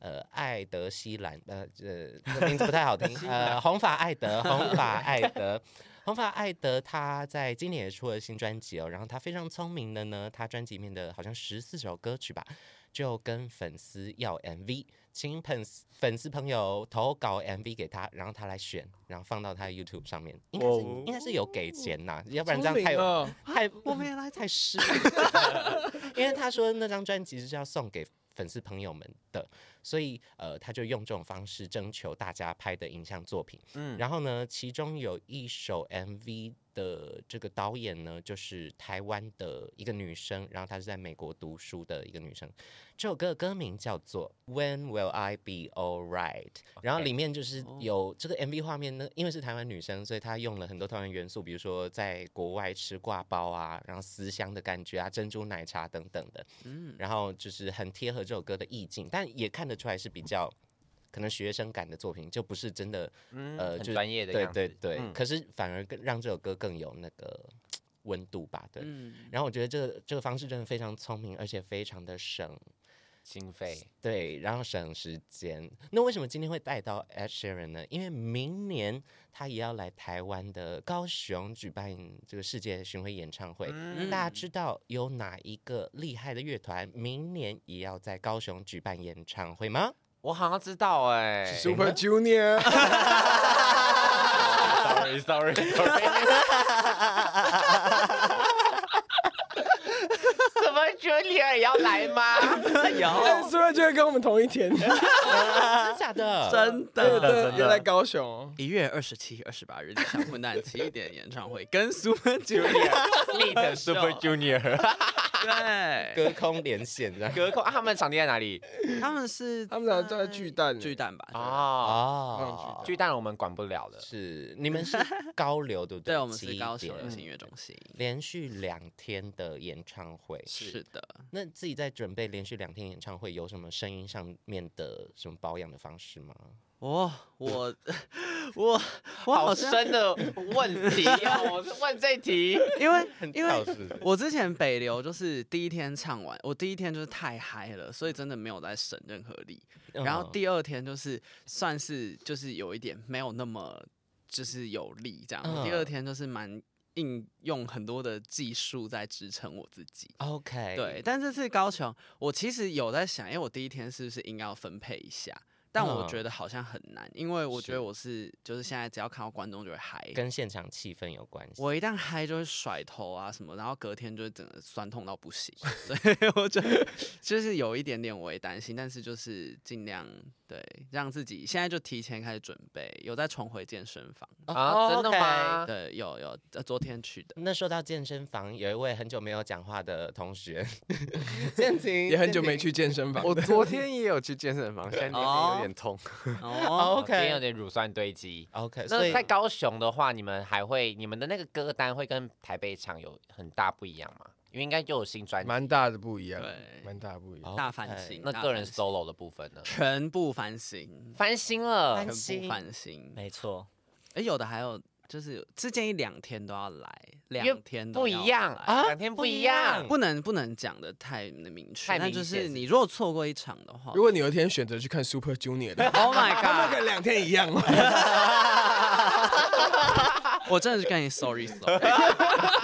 Speaker 4: 呃，艾德希兰，呃，这、这名字不太好听，呃，红发艾德，红发艾德。红发艾德他在今年也出了新专辑哦，然后他非常聪明的呢，他专辑里面的好像十四首歌曲吧，就跟粉丝要 MV，请粉丝粉丝朋友投稿 MV 给他，然后他来选，然后放到他的 YouTube 上面，应该是、应该是有给钱呐、要不然这样太有、
Speaker 7: 哦，
Speaker 4: 太我们也来太失礼， 因为他说那张专辑是要送给粉丝朋友们的，所以呃，他就用这种方式征求大家拍的影像作品。
Speaker 9: 嗯
Speaker 4: 然后呢，其中有一首 MV 的的这个导演呢，就是台湾的一个女生，然后她是在美国读书的一个女生。这首歌的歌名叫做《When Will I Be Alright》，然后里面就是
Speaker 9: 哦
Speaker 4: 有这个 MV 画面呢，因为是台湾女生，所以她用了很多台湾元素，比如说在国外吃挂包啊，然后思乡的感觉啊，珍珠奶茶等等的，嗯，然后就是很贴合这首歌的意境，但也看得出来是比较。可能学生感的作品就不是真的，呃，
Speaker 9: 嗯很
Speaker 4: 就是
Speaker 9: 专业的
Speaker 4: 对
Speaker 9: 样
Speaker 4: 对
Speaker 9: 子
Speaker 4: 对，
Speaker 9: 嗯
Speaker 4: 可是反而更让这首歌更有那个温度吧，对。
Speaker 1: 嗯，
Speaker 4: 然后我觉得这个这个方式真的非常聪明，而且非常的省
Speaker 9: 经费
Speaker 4: 对，然后省时间。那为什么今天会带到 Ed Sheeran 呢？因为明年他也要来台湾的高雄举办这个世界巡回演唱会。
Speaker 9: 嗯
Speaker 1: 嗯
Speaker 4: 大家知道有哪一个厉害的乐团明年也要在高雄举办演唱会吗？
Speaker 9: 我好像知道哎、
Speaker 7: Super Junior，
Speaker 9: sorry sorry sorry，什么 Junior 也要来吗？
Speaker 7: 但是 Super Junior 跟我们同一天，
Speaker 4: 真的假 的？
Speaker 1: 真
Speaker 7: 对
Speaker 1: 的。
Speaker 7: 对，又在高雄哦。
Speaker 1: 一月二十七、二十八日，小混蛋奇一点演唱会跟 Super Junior
Speaker 9: 你的 Super Junior
Speaker 1: 对，
Speaker 4: 隔空连线这样。
Speaker 9: 隔空、啊，他们场地在哪里？
Speaker 1: 他们是
Speaker 7: 他们俩在巨蛋呢
Speaker 1: 巨蛋吧？啊，
Speaker 9: 哦，
Speaker 4: 哦，
Speaker 9: 巨蛋我们管不了了。
Speaker 4: 是你们是高流对不对？
Speaker 1: 对，我们是
Speaker 4: 起
Speaker 1: 高嗯雄
Speaker 4: 点
Speaker 1: 流行音乐中心。
Speaker 4: 连续两天的演唱会，
Speaker 1: 是的，
Speaker 4: 那自己在准备连续两天演唱会，有什么声音上面的什么保养的方式吗？
Speaker 1: 哦，我我我
Speaker 9: 好
Speaker 1: 好像
Speaker 9: 深的问 题哦，我是问这题。
Speaker 1: 因为因为
Speaker 4: 倒是
Speaker 1: 我之前北流就是第一天唱完，我第一天就是太嗨了，所以真的没有在省任何力。然后
Speaker 4: 嗯
Speaker 1: 第二天就是算是就是有一点没有那么就是有力这样，我第
Speaker 4: 嗯
Speaker 1: 二天就是蛮应用很多的技术在支撑我自己。
Speaker 4: 嗯 OK，
Speaker 1: 对，，但这次高雄，我其实有在想，因为我第一天是不是应该要分配一下？但我
Speaker 4: 嗯
Speaker 1: 觉得好像很难，因为我觉
Speaker 4: 是
Speaker 1: 得我是就是现在只要看到观众就会嗨，
Speaker 4: 跟现场气氛有关系。
Speaker 1: 我一旦嗨就会甩头啊什么，然后隔天就会整个酸痛到不行，所以我觉得就是有一点点我也担心，但是就是尽量对让自己现在就提前开始准备，有在重回健身房，
Speaker 9: 啊，真的吗？
Speaker 1: 对，有有，呃昨天去 的，
Speaker 4: 那说到健身房，有一位很久没有讲话的同学，建廷
Speaker 7: 也很久
Speaker 4: 建
Speaker 7: 没
Speaker 4: 廷
Speaker 7: 去健身房。
Speaker 3: 我昨天也有去健身房，现在脸有点痛。
Speaker 1: 哦，
Speaker 9: 今天有
Speaker 4: ，OK
Speaker 9: 点乳酸堆积。
Speaker 4: OK，所
Speaker 9: 那
Speaker 4: 以
Speaker 9: 在高雄的话，你们还会你们的那个歌单会跟台北场有很大不一样吗？因为应该就有新专 辑。
Speaker 7: 蛮大的不一样，
Speaker 1: 对哦
Speaker 7: 蛮大的不一样。
Speaker 1: 大反省，
Speaker 9: 那
Speaker 1: 大
Speaker 9: 个人
Speaker 1: 反省
Speaker 9: solo 的部分呢？
Speaker 1: 全部翻新，
Speaker 9: 翻新了
Speaker 4: 翻，
Speaker 1: 全部
Speaker 4: 新
Speaker 1: 翻新，
Speaker 6: 没错，
Speaker 1: 哎，有的还有就是是建议两天都要来，
Speaker 9: 为
Speaker 1: 两天都
Speaker 9: 不
Speaker 1: 要
Speaker 9: 一样
Speaker 1: 来
Speaker 9: 啊，两天不一样。
Speaker 1: 不能不能讲的太明确，
Speaker 9: 太
Speaker 1: 那
Speaker 9: 明
Speaker 1: 就
Speaker 9: 显
Speaker 1: 是
Speaker 9: 是
Speaker 1: 你如果错过一场的话，
Speaker 7: 如果你有一天选择去看 Super Junior 的
Speaker 1: ，Oh my
Speaker 7: 两天一样哦。
Speaker 1: God，我真的是跟你 sorry sorry，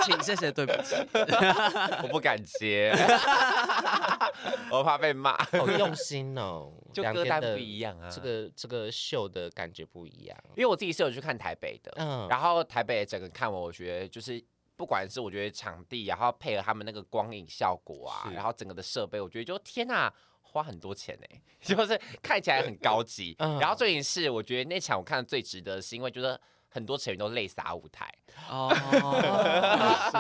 Speaker 1: 请谢谢对不起，
Speaker 9: 我不敢 接，我怕被骂。
Speaker 4: 好用心哦，
Speaker 9: 就
Speaker 4: 两
Speaker 9: 歌
Speaker 4: 天
Speaker 9: 单
Speaker 4: 的
Speaker 9: 不一样啊
Speaker 4: 这个这个秀的感觉不一样。
Speaker 9: 因为我自己是有去看台北的，
Speaker 4: 嗯
Speaker 9: 然后台北整个看完，我觉得就是不管是我觉得场地，然后配合他们那个光影效果啊，
Speaker 4: 是
Speaker 9: 然后整个的设备，我觉得就天呐，花很多钱 哎、就是看起来很高级。
Speaker 4: 嗯
Speaker 9: 然后最近是我觉得那场我看的最值得，是因为觉得很多成员都泪洒舞台，
Speaker 1: 哦，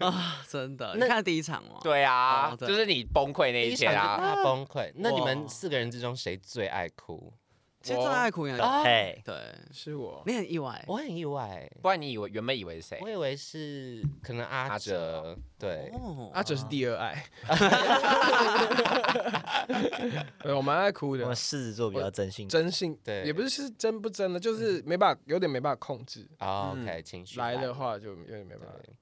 Speaker 1: 啊，真的，你
Speaker 4: 那
Speaker 1: 看第一场吗？，
Speaker 9: 对啊，
Speaker 1: 哦对
Speaker 9: 就是你崩溃那
Speaker 4: 第
Speaker 9: 一
Speaker 4: 一
Speaker 9: 天
Speaker 4: 场就
Speaker 9: 啊。
Speaker 4: 大崩溃。那你
Speaker 1: 哇
Speaker 4: 们四个人之中谁最爱哭？
Speaker 1: 其实最爱哭应该
Speaker 9: 哦
Speaker 1: 是
Speaker 6: 嘿，
Speaker 1: 对，
Speaker 7: 是我，
Speaker 1: 你很意
Speaker 9: 哎
Speaker 1: 外，
Speaker 4: 我很意外，
Speaker 9: 不然你以为原本以为是谁
Speaker 4: 我？以为是可能阿
Speaker 9: 阿
Speaker 4: 哲，对，
Speaker 1: 哦，
Speaker 7: 阿哲啊是第二爱。对，我蛮爱哭
Speaker 6: 我
Speaker 7: 的
Speaker 6: 们，狮子座比较真性
Speaker 7: 真性
Speaker 4: 对
Speaker 7: 也不是是真不真的，就是没办法，有点没办法控制。
Speaker 4: 哦
Speaker 7: 嗯
Speaker 4: OK 情绪
Speaker 7: 来的
Speaker 4: 了
Speaker 7: 话就有点没办法。
Speaker 4: 对，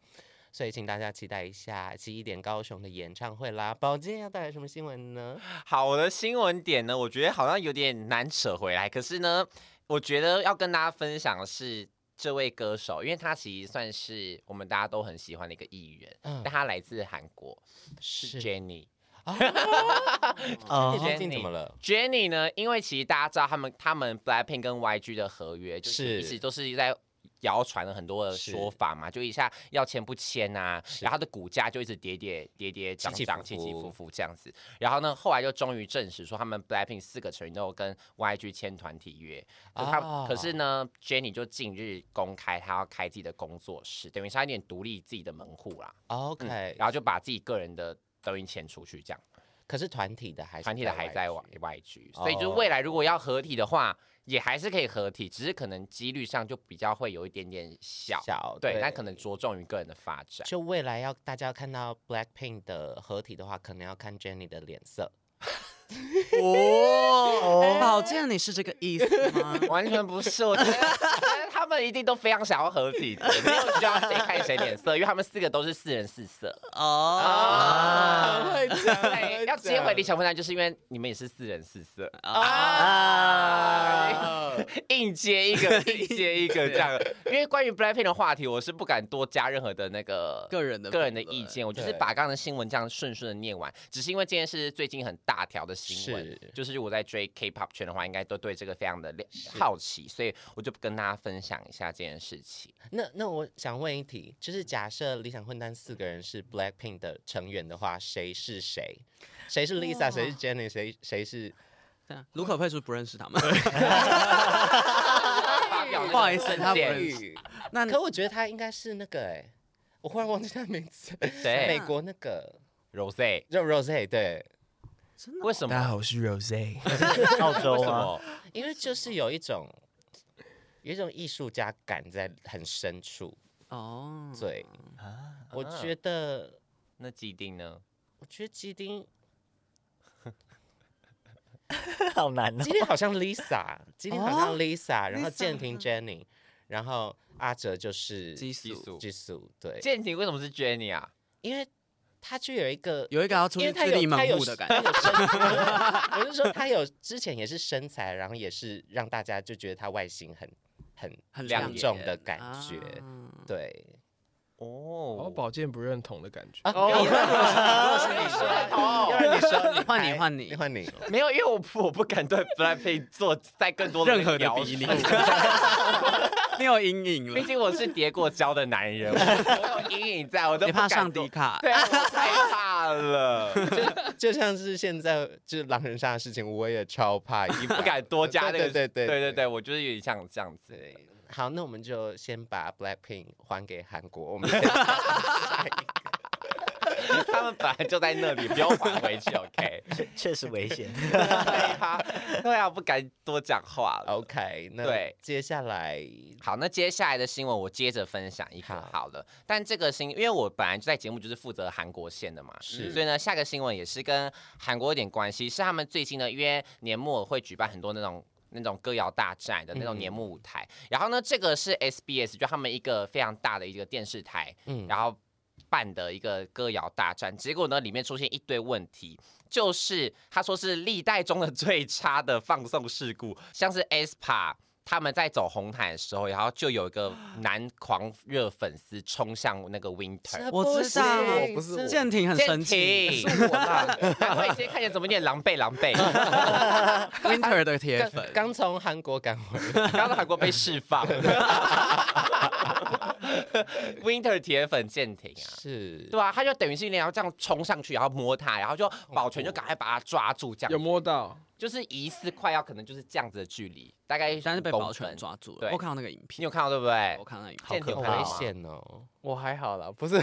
Speaker 4: 所以请大家期待一下七一点高雄的演唱会啦。宝剑要带来什么新闻呢？
Speaker 9: 好，我的新闻点呢，我觉得好像有点难扯回来，可是呢，我觉得要跟大家分享的是这位歌手，因为他其实算是我们大家都很喜欢的一个艺人，
Speaker 4: 嗯
Speaker 9: 但他来自韩国，是
Speaker 4: 是
Speaker 9: Jenny。嗯
Speaker 6: 哦
Speaker 4: 你最近怎么了？
Speaker 9: Jenny 呢，因为其实大家知道他们他们 Blackpink 跟 YG 的合约就是是一直都是在谣传了很多的
Speaker 4: 是
Speaker 9: 说法嘛，就一下要签不签啊，然后它的股价就一直跌跌跌跌涨
Speaker 4: 起
Speaker 9: 涨
Speaker 4: 伏
Speaker 9: 起起
Speaker 4: 伏
Speaker 9: 伏伏这样子。然后呢，后来就终于证实说，他们 BLACKPINK 四个成员都有跟 YG 签团体约。可是他、
Speaker 4: 啊
Speaker 9: 可是呢，Jennie 就近日公开她要开自己的工作室，等于是她有点独立自己的门户啦。
Speaker 4: OK，、
Speaker 9: 然后就把自己个人的抖音钱出去，这样
Speaker 4: 可是团体的还是
Speaker 9: 团体的还在哦 Y
Speaker 4: 玩，
Speaker 9: Y G，所以就是未来如果要合体的话，也还是可以合体，只是可能几率上就比较会有一点点小。
Speaker 4: 小
Speaker 9: 对，那可能着重于个人的发展。
Speaker 4: 就未来要大家要看到 Blackpink 的合体的话，可能要看 Jennie 的脸色。
Speaker 1: 哦，宝剑，你是这个意思 吗？
Speaker 9: 完全不是，我觉得我觉得他们一定都非常想要合体的，没有需要谁看谁脸色，因为他们四个都是四人四色
Speaker 1: 哦
Speaker 9: 啊。对，要接回理想混蛋，就是因为你们也是四人四色，哦
Speaker 4: 啊！
Speaker 9: 硬接 一个，硬接一个这样。因为关于 Blackpink 的话题，我是不敢多加任何的那个
Speaker 1: 个人的
Speaker 9: 个人的
Speaker 1: 评论
Speaker 9: 意见，我就是把刚刚的新闻这样顺顺的念完。只是因为这件事是最近很大条的新闻
Speaker 4: 是，
Speaker 9: 就是我在追 K-pop 圈的话，应该都对这个非常的了好奇，所以我就跟大家分享一下这件事情。
Speaker 4: 那那我想问一题，就是假设理想混蛋四个人是 Blackpink 的成员的话，谁是谁？谁是 Lisa？谁是 Jennie？谁谁是？
Speaker 1: 对啊卢可佩是不认识 他们，
Speaker 9: 发表
Speaker 1: 不好意思他不认
Speaker 9: 对
Speaker 1: 识那
Speaker 4: 可我觉得他应该是那个哎、我忽然忘记他名字，美
Speaker 9: 谁
Speaker 4: 国那个
Speaker 9: ？Rose，
Speaker 4: 肉 Rose 对，
Speaker 9: 为什么？
Speaker 10: 好，我是 Rose。
Speaker 6: 澳洲啊
Speaker 9: 为什
Speaker 6: 吗？
Speaker 9: 么？
Speaker 4: 因为就是有一种有一种艺术家感在很深处，
Speaker 1: 哦，
Speaker 4: 对，我
Speaker 9: 啊
Speaker 4: 觉得
Speaker 9: 那既定呢？
Speaker 4: 我觉得基丁
Speaker 6: 好难哦
Speaker 4: 今。天好像 Lisa，今天好像
Speaker 1: 哦
Speaker 4: Lisa，然后
Speaker 1: Lisa
Speaker 4: 建平 Jenny，然后阿哲就是
Speaker 1: 激
Speaker 9: 激
Speaker 1: 素
Speaker 9: 素。
Speaker 4: 激素，对，
Speaker 9: 建廷为什么是 Jenny 啊？
Speaker 4: 因为他就有一个
Speaker 1: 有一个要出
Speaker 4: 因为
Speaker 1: 去
Speaker 4: 他
Speaker 1: 自
Speaker 4: 有
Speaker 1: 立门
Speaker 4: 他有
Speaker 1: 户的感
Speaker 4: 他有
Speaker 1: 觉。
Speaker 4: 身材我是说他有之前也是身材，然后也是让大家就觉得他外形很很
Speaker 1: 很
Speaker 4: 亮
Speaker 1: 亮
Speaker 4: 重
Speaker 1: 眼
Speaker 4: 的感觉，
Speaker 1: 啊
Speaker 4: 对
Speaker 7: 哦，
Speaker 9: 哦，
Speaker 7: 宝剑不认同的感觉。
Speaker 4: 啊，
Speaker 1: 哦
Speaker 4: 没有
Speaker 9: 你说哦
Speaker 4: 要让你说，你
Speaker 1: 啊换你
Speaker 4: 来
Speaker 1: 换你
Speaker 4: 换你，
Speaker 9: 没有，因为我不我不敢对 Blackpink 做再更多的
Speaker 1: 任何的
Speaker 9: 描
Speaker 1: 比例
Speaker 9: 述
Speaker 1: 你有阴影
Speaker 9: 毕
Speaker 1: 了，
Speaker 9: 竟我是叠过胶的男人，我有阴影在，我都
Speaker 1: 你
Speaker 9: 不
Speaker 1: 怕
Speaker 9: 敢
Speaker 1: 上
Speaker 9: 多
Speaker 1: 迪。卡？
Speaker 9: 对，我太怕了，
Speaker 4: 就像是现在就是狼人杀的事情，我也超怕，
Speaker 9: 你
Speaker 4: 也
Speaker 9: 不敢多加那个。
Speaker 4: 对对对
Speaker 9: 对对对，我就是有点像这样子。
Speaker 4: 对，好，那我们就先把 Blackpink 还给韩国， 我们先下一个
Speaker 9: 他们本来就在那里，不要还回去，OK？
Speaker 6: 确实危 险。
Speaker 9: 对啊，对啊，不敢多讲话了。
Speaker 4: OK，那
Speaker 9: 对
Speaker 4: 接下来
Speaker 9: 好，那接下来的新闻我接着分享一个
Speaker 4: 好
Speaker 9: 好了，但这个新，因为我本来就在节目就是负责韩国线的嘛，
Speaker 4: 是
Speaker 9: 所以呢，下个新闻也是跟韩国有点关系，是他们最近呢，因为年末会举办很多那种。那种歌谣大战的那种年
Speaker 4: 嗯
Speaker 9: 末舞台，然后呢，这个是 SBS，就他们一个非常大的一个电视台，
Speaker 4: 嗯，
Speaker 9: 然后办的一个歌谣大战，结果呢，里面出现一堆问题，就是他说是历代中的最差的放送事故， 像是 aespa。他们在走红毯的时候，然后就有一个男狂热粉丝冲向那个 Winter，
Speaker 1: 我知道，
Speaker 10: 我不是我
Speaker 1: 舰艇很
Speaker 9: 舰
Speaker 1: 生气
Speaker 9: 艇，是我啦， 难怪今天看起来怎么有点狼狈 狼狈，
Speaker 1: ，Winter 的铁
Speaker 4: 刚
Speaker 1: 粉，
Speaker 4: 刚从韩国赶回来，
Speaker 9: 刚刚韩国被 释放 ，Winter 铁粉舰艇啊，
Speaker 4: 是
Speaker 9: 对啊，他就等于是你要这样冲上去，然后摸他，然后就保全就赶快把他抓住，这样
Speaker 7: 有摸到，
Speaker 9: 就是疑似快要可能就是这样子的距离，大概
Speaker 1: 但是被
Speaker 9: 5公
Speaker 1: 保全
Speaker 9: 分。
Speaker 1: 抓住了。
Speaker 9: 对
Speaker 1: 我看到那个影
Speaker 9: 你
Speaker 1: 片，
Speaker 9: 有看到对不对
Speaker 1: 我？看到那个影片，
Speaker 9: 好可
Speaker 4: 好
Speaker 9: 怕
Speaker 4: 危
Speaker 9: 哦
Speaker 4: 险哦。
Speaker 10: 我还好啦，不是，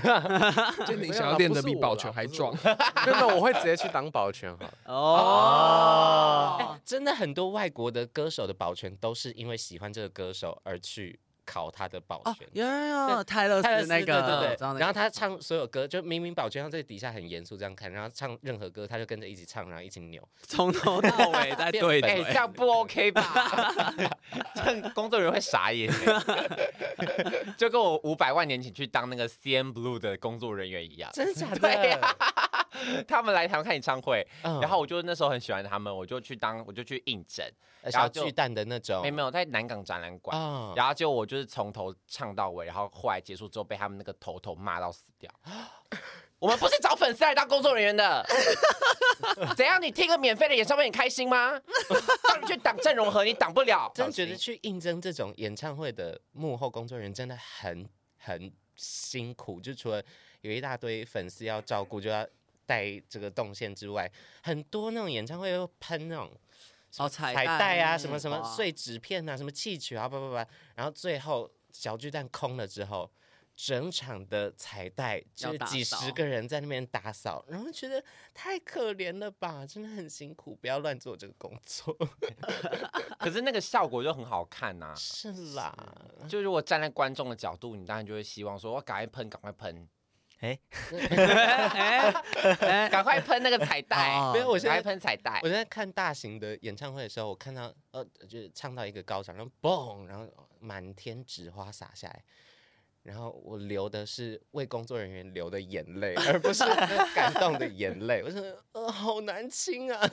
Speaker 7: 剑
Speaker 10: 没
Speaker 7: 灵
Speaker 10: 有
Speaker 7: 想
Speaker 10: 啦
Speaker 7: 要练得
Speaker 10: 不是
Speaker 7: 比
Speaker 10: 我
Speaker 7: 保
Speaker 10: 啦
Speaker 7: 全
Speaker 10: 不
Speaker 7: 还
Speaker 10: 是我
Speaker 7: 壮。
Speaker 10: 没有没有，我会直接去当保全好了。
Speaker 1: 哦
Speaker 4: 哎，真的很多外国的歌手的保全都是因为喜欢这个歌手而去考他的保
Speaker 1: 哦
Speaker 4: 全，。
Speaker 1: 有有有，泰勒
Speaker 4: 泰勒
Speaker 1: 斯
Speaker 4: 斯
Speaker 1: 那个，
Speaker 4: 对
Speaker 1: 我
Speaker 4: 对
Speaker 1: 知道
Speaker 4: 对，
Speaker 1: 那
Speaker 4: 然后
Speaker 1: 个
Speaker 4: 他唱所有歌，就明明保全他在底下很严肃这样看，然后唱任何歌他就跟着一起唱，然后一起扭。
Speaker 1: 从头 到尾在
Speaker 4: 变
Speaker 1: 对
Speaker 9: 哎、这
Speaker 1: 嘴，
Speaker 9: 样不 OK 吧？这样工作人员会傻眼，就跟我五百万年前去当那个 CN Blue 的工作人员一样。
Speaker 4: 真的假的？
Speaker 9: 对呀、他们来台湾看演唱会，
Speaker 4: 嗯
Speaker 9: 然后我就那时候很喜欢他们，我就去当，我就去应征，
Speaker 4: 呃
Speaker 9: 然
Speaker 4: 小
Speaker 9: 后就
Speaker 4: 巨蛋的那种
Speaker 9: 没有没有在南港展览馆，
Speaker 4: 啊，
Speaker 9: 然后就我就是从头唱到尾，然后后来结束之后被他们那个头头骂到死掉， 我们不是找粉丝来当工作人员的。 怎样？你听个免费的演唱会，你开心吗？叫你去挡郑容和，你挡不了。
Speaker 4: 真觉得去应征这种演唱会的幕后工作人员真的很很辛苦，就除了有一大堆粉丝要照顾，就要带这个动线之外，很多那种演唱会又喷那种
Speaker 1: 哦彩
Speaker 4: 彩带啊，什么
Speaker 1: 嗯
Speaker 4: 什么
Speaker 1: 哇
Speaker 4: 碎纸片啊，什么气球啊，叭叭叭，然后最后小巨蛋空了之后。整场的彩带
Speaker 1: 要
Speaker 4: 就是
Speaker 1: 打
Speaker 4: 几十
Speaker 1: 扫
Speaker 4: 个人在那边打扫，然后觉得太可怜了吧，真的很辛苦，不要乱做这个工作。
Speaker 9: 可是那个效果就很好看
Speaker 1: 啊
Speaker 9: 呐、
Speaker 4: 是啦，
Speaker 9: 就如果站在观众的角度，你当然就会希望说，我哦赶快喷，赶快喷，
Speaker 1: 哎哎
Speaker 9: 赶快喷那个彩带
Speaker 1: 哦，
Speaker 4: 没有我现
Speaker 9: 赶
Speaker 4: 在
Speaker 9: 快喷彩带
Speaker 4: 我。在看大型的演唱会的时候，我看到呃，就是唱到一个高潮，然后嘣，然后满天纸花洒下来，然后我流的是为工作人员流的眼泪，而不是 那感动的眼泪。我说，呃，好难亲啊！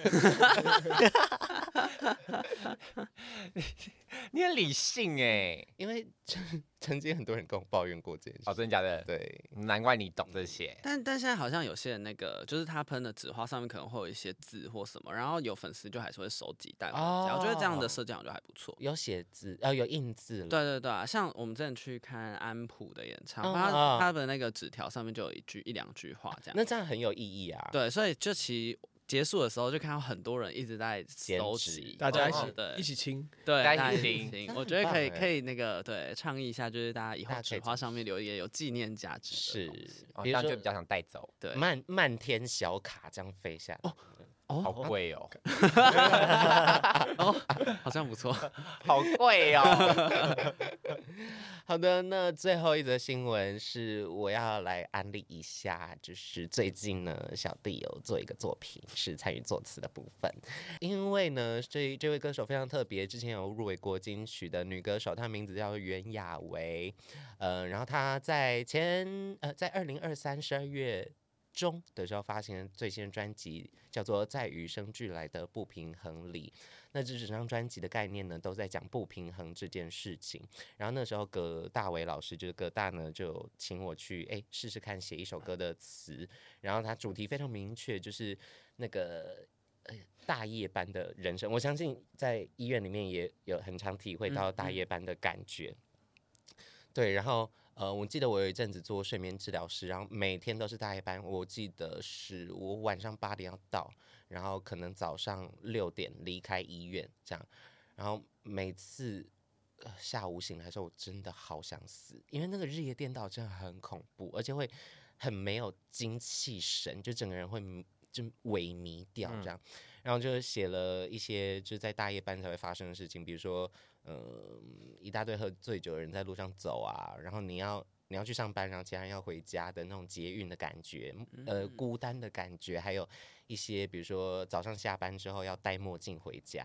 Speaker 9: 你很理性哎、
Speaker 4: 因为曾 曾经很多人跟我抱怨过这件事。
Speaker 9: 哦，真的假的？
Speaker 4: 对，
Speaker 9: 难怪你懂这些。
Speaker 1: 但但现在好像有些人那个，就是他喷的纸花上面可能会有一些字或什么，然后有粉丝就还是会收集带回家。我觉得这样的
Speaker 4: 哦
Speaker 1: 设计好像就还不错。
Speaker 4: 有写字，呃，有印字了。
Speaker 1: 对对对啊，像我们之前去看安普的演唱，
Speaker 4: 嗯
Speaker 1: 他
Speaker 4: 嗯
Speaker 1: 他的那个纸条上面就有一句一两句话
Speaker 9: 啊
Speaker 1: 这样。
Speaker 4: 那这样很有意义啊。
Speaker 1: 对，所以就其实结束的时候就看到很多人一直在收集，
Speaker 7: 大家一
Speaker 1: 或者
Speaker 7: 起
Speaker 1: 哦对
Speaker 7: 一起亲，
Speaker 1: 对，
Speaker 9: 大家
Speaker 1: 大家
Speaker 9: 一
Speaker 1: 一
Speaker 9: 起
Speaker 1: 起
Speaker 9: 听
Speaker 4: 真
Speaker 1: 听
Speaker 4: 的
Speaker 1: 我
Speaker 4: 很
Speaker 1: 觉得
Speaker 4: 棒
Speaker 1: 可以可
Speaker 4: 欸
Speaker 1: 以那个对倡议一下，就是大家以
Speaker 4: 大
Speaker 1: 后
Speaker 4: 家可以
Speaker 1: 纸
Speaker 4: 这么
Speaker 1: 花上面留一个有纪念价值的
Speaker 4: 是
Speaker 1: 东西。，
Speaker 9: 哦，
Speaker 4: 比如
Speaker 9: 这样
Speaker 4: 说
Speaker 9: 就比较想带走，
Speaker 1: 对，
Speaker 4: 漫漫天小卡这样飞下来。
Speaker 9: 好贵哦，
Speaker 1: 哦，好像不 错。
Speaker 9: 好贵哦。
Speaker 4: 好的，那最后一则新闻是我要来安利一下，就是最近呢，小弟有做一个作品是参与作词的部分，因为呢，这这位歌手非常特别，之前有入围过金曲的女歌手，她名字叫袁娅维，呃，然后她在前呃在二零二三十二月。中的时候发行的最新专辑叫做《在与生俱来的不平衡里》，那这整张专辑的概念呢，都在讲不平衡这件事情。然后那时候葛大为老师，就是葛大呢，就请我去哎试试看写一首歌的词，然后它主题非常明确，就是那个呃大夜班的人生。我相信在医院里面也有很常体会到大夜班的感觉。对，然后呃，我记得我有一阵子做睡眠治疗师，然后每天都是大夜班，我记得是我晚上八点要到，然后可能早上六点离开医院这样，然后每次。呃下午醒来的时候，我真的好想死，因为那个日夜颠倒真的很恐怖，而且会很没有精气神，就整个人会迷就萎靡掉这样。然后就写了一些就是在大夜班才会发生的事情，比如说，呃，一大堆喝醉酒的人在路上走啊，然后你要你要去上班，然后其他人要回家的那种捷运的感觉，呃，孤单的感觉，还有一些比如说早上下班之后要戴墨镜回家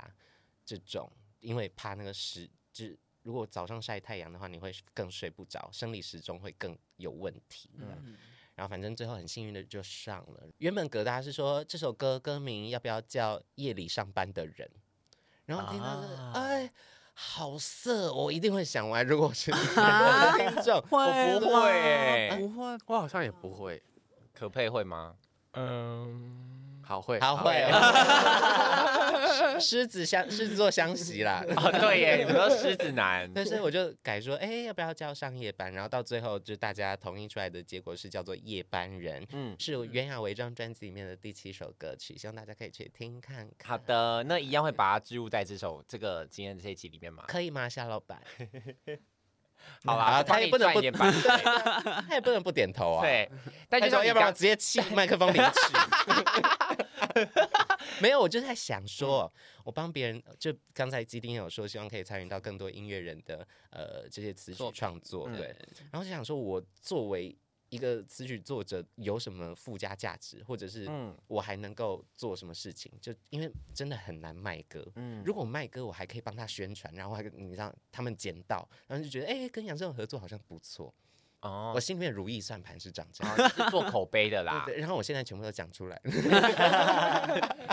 Speaker 4: 这种，因为怕那个时就是如果早上晒太阳的话，你会更睡不着，生理时钟会更有问题。这样然后反正最后很幸运的就上了。原本葛大是说这首歌歌名要不要叫《夜里上班的人》，然后我听到这个，
Speaker 6: 啊
Speaker 4: 哎，好色，哦我一定会想歪。如果是听众，
Speaker 9: 我不会欸
Speaker 1: 不会，
Speaker 3: 我好像也不会，
Speaker 9: 可佩会吗？
Speaker 7: 嗯，
Speaker 3: 好会，
Speaker 4: 好会哦，狮子相狮子座相袭啦。
Speaker 9: 哦，对 耶，你说狮子男，
Speaker 4: 但是我就改说，哎、要不要叫上夜班？然后到最后，就大家同意出来的结果是叫做《夜班人》，
Speaker 9: 嗯，
Speaker 4: 是袁娅维这张专辑里面的第七首歌曲，希望大家可以去听看看。
Speaker 9: 好的，那一样会把它植入在这首这个今天这一集里面吗？
Speaker 4: 可以吗，夏老板？
Speaker 9: 好啦，
Speaker 4: 啊他也不能
Speaker 9: 帮你赚
Speaker 4: 不
Speaker 9: 一点版税
Speaker 4: 他也不能不点头啊。，
Speaker 9: 对，
Speaker 4: 但
Speaker 9: 但就
Speaker 4: 就是是要
Speaker 9: 要不
Speaker 4: 不
Speaker 9: 要
Speaker 4: 然直接气麦克风领取。 没有，我就在想说，我帮别人，就刚才基丁有说，希望可以参与到更多音乐人的呃这些词曲
Speaker 1: 作品
Speaker 4: 创作，对
Speaker 1: 对。，
Speaker 9: 嗯
Speaker 4: 然后就想说，我作为一个词曲作者，有什么附加价值，或者是
Speaker 9: 嗯
Speaker 4: 我还能够做什么事情？就因为真的很难卖歌，
Speaker 9: 嗯
Speaker 4: 如果卖歌，我还可以帮他宣传，然后还你让他们捡到，然后就觉得哎、跟杨振合作好像不错，
Speaker 9: 哦
Speaker 4: 我，心里面如意算盘是长这样。
Speaker 9: 哦是做口碑的啦
Speaker 4: 对，对，然后我现在全部都讲出来，